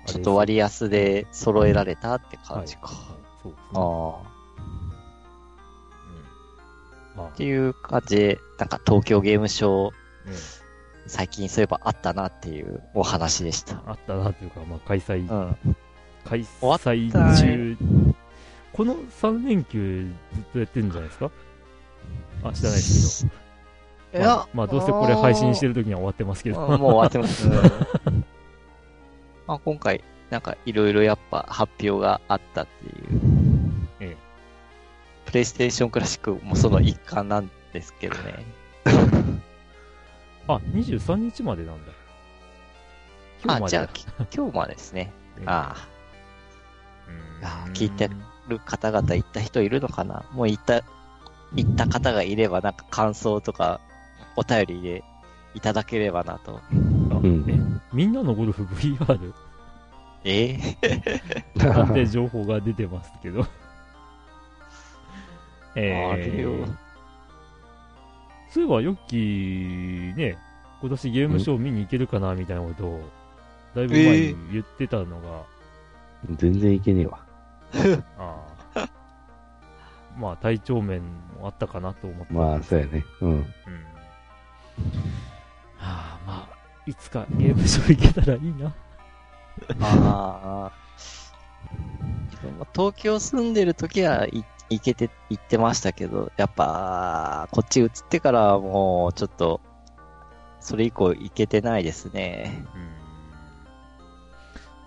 Speaker 4: ちょっと割安で揃えられたって感じか。
Speaker 2: はいはいそうですね。
Speaker 4: ああ。
Speaker 2: うん、まあ
Speaker 4: って、いう感じで、なんか東京ゲームショウ、
Speaker 2: うん
Speaker 4: 最近そういえばあったなっていうお話でした。
Speaker 2: あったなというか、まあ、開催、
Speaker 4: うん。
Speaker 2: 開
Speaker 4: わった
Speaker 2: 催中、この3連休ずっとやってるんじゃないですかあ、知らないですけど。まあ、まあ、どうせこれ配信して
Speaker 4: る
Speaker 2: る時には終わってますけ
Speaker 4: け
Speaker 2: ど。
Speaker 4: もう終わってま す。うんまあ今回、なんかいろいろやっぱ発表があったっていう。
Speaker 2: ええ
Speaker 4: プレイステーションクラシックもその一環なんですけどね。
Speaker 2: あ、23日までなんだ。今日
Speaker 4: あ、
Speaker 2: ま
Speaker 4: じ
Speaker 2: で
Speaker 4: ゃあ
Speaker 2: だ。
Speaker 4: き今日までですね。ああ。
Speaker 2: うん
Speaker 4: あ聞いてる方々行った人いるのかなもう行った、行った方がいればなんか感想とかお便りでいただければなと。
Speaker 2: あ
Speaker 3: うん
Speaker 2: え、みんなのゴルフ VR?
Speaker 4: ええ
Speaker 2: なん て情報が出てますけど。えー
Speaker 4: あるよ。
Speaker 2: そういえば、ヨッキー、ね、今年ゲームショー見に行けるかな、みたいなことを、だいぶ前に言ってたのが、
Speaker 3: 全然いけねえわ。
Speaker 2: あ ーまあ、体調面もあったかなと思って。
Speaker 3: まあ、そうやね。うん。
Speaker 2: うん。はあ、まあ、いつかゲームショー行けたらいいな。
Speaker 4: ああ。でも東京住んでる時はい行けて、行ってましたけど、やっぱ、こっち移ってからはもうちょっと、それ以降行けてないですね。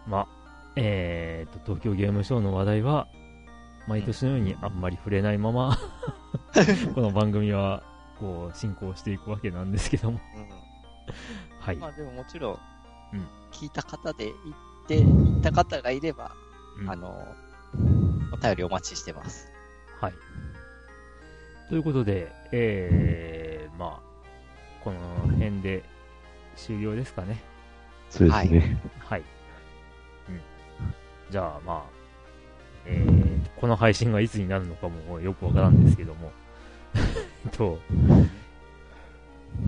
Speaker 2: うんまあ、えー、と、東京ゲームショウの話題は、毎年のようにあんまり触れないま ま、この番組は、こう、進行していくわけなんですけども。はい。
Speaker 4: まあでももちろん
Speaker 2: うん、
Speaker 4: 聞いた方で行って、行った方がいれば、
Speaker 2: うん
Speaker 4: あの、お便りお待ちしてます。
Speaker 2: はい。ということで、えー、まあ、この辺で終了ですかね。
Speaker 3: そうですね。
Speaker 2: はい。うん。じゃあ、まあ、えー、この配信がいつになるのかもよくわからんですけども、 えっと、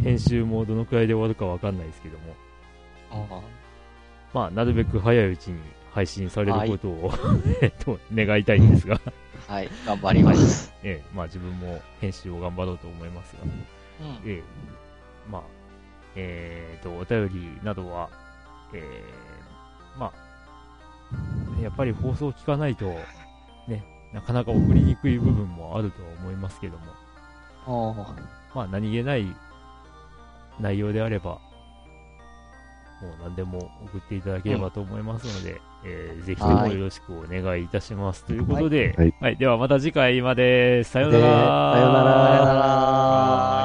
Speaker 2: 編集もどのくらいで終わるかわかんないですけども、まあ、なるべく早いうちに配信されることを、 えっと、願いたいんですが、
Speaker 4: はい、頑張ります。
Speaker 2: ええまあ自分も編集を頑張ろうと思いますが、
Speaker 4: うん、
Speaker 2: ええまあ、えーと、お便りなどは、えーまあ、やっぱり放送を聞かないと、ね、なかなか送りにくい部分もあるとは思いますけども、
Speaker 4: お
Speaker 2: まあ、何気ない内容であれば、もう何でも送っていただければと思いますので、えーぜひとも
Speaker 4: はい
Speaker 2: よろしくお願いいたします。ということで、は
Speaker 3: はいい、
Speaker 2: ではまた次回まで、さよう
Speaker 3: で
Speaker 2: なら。
Speaker 3: さようなら
Speaker 4: さよなら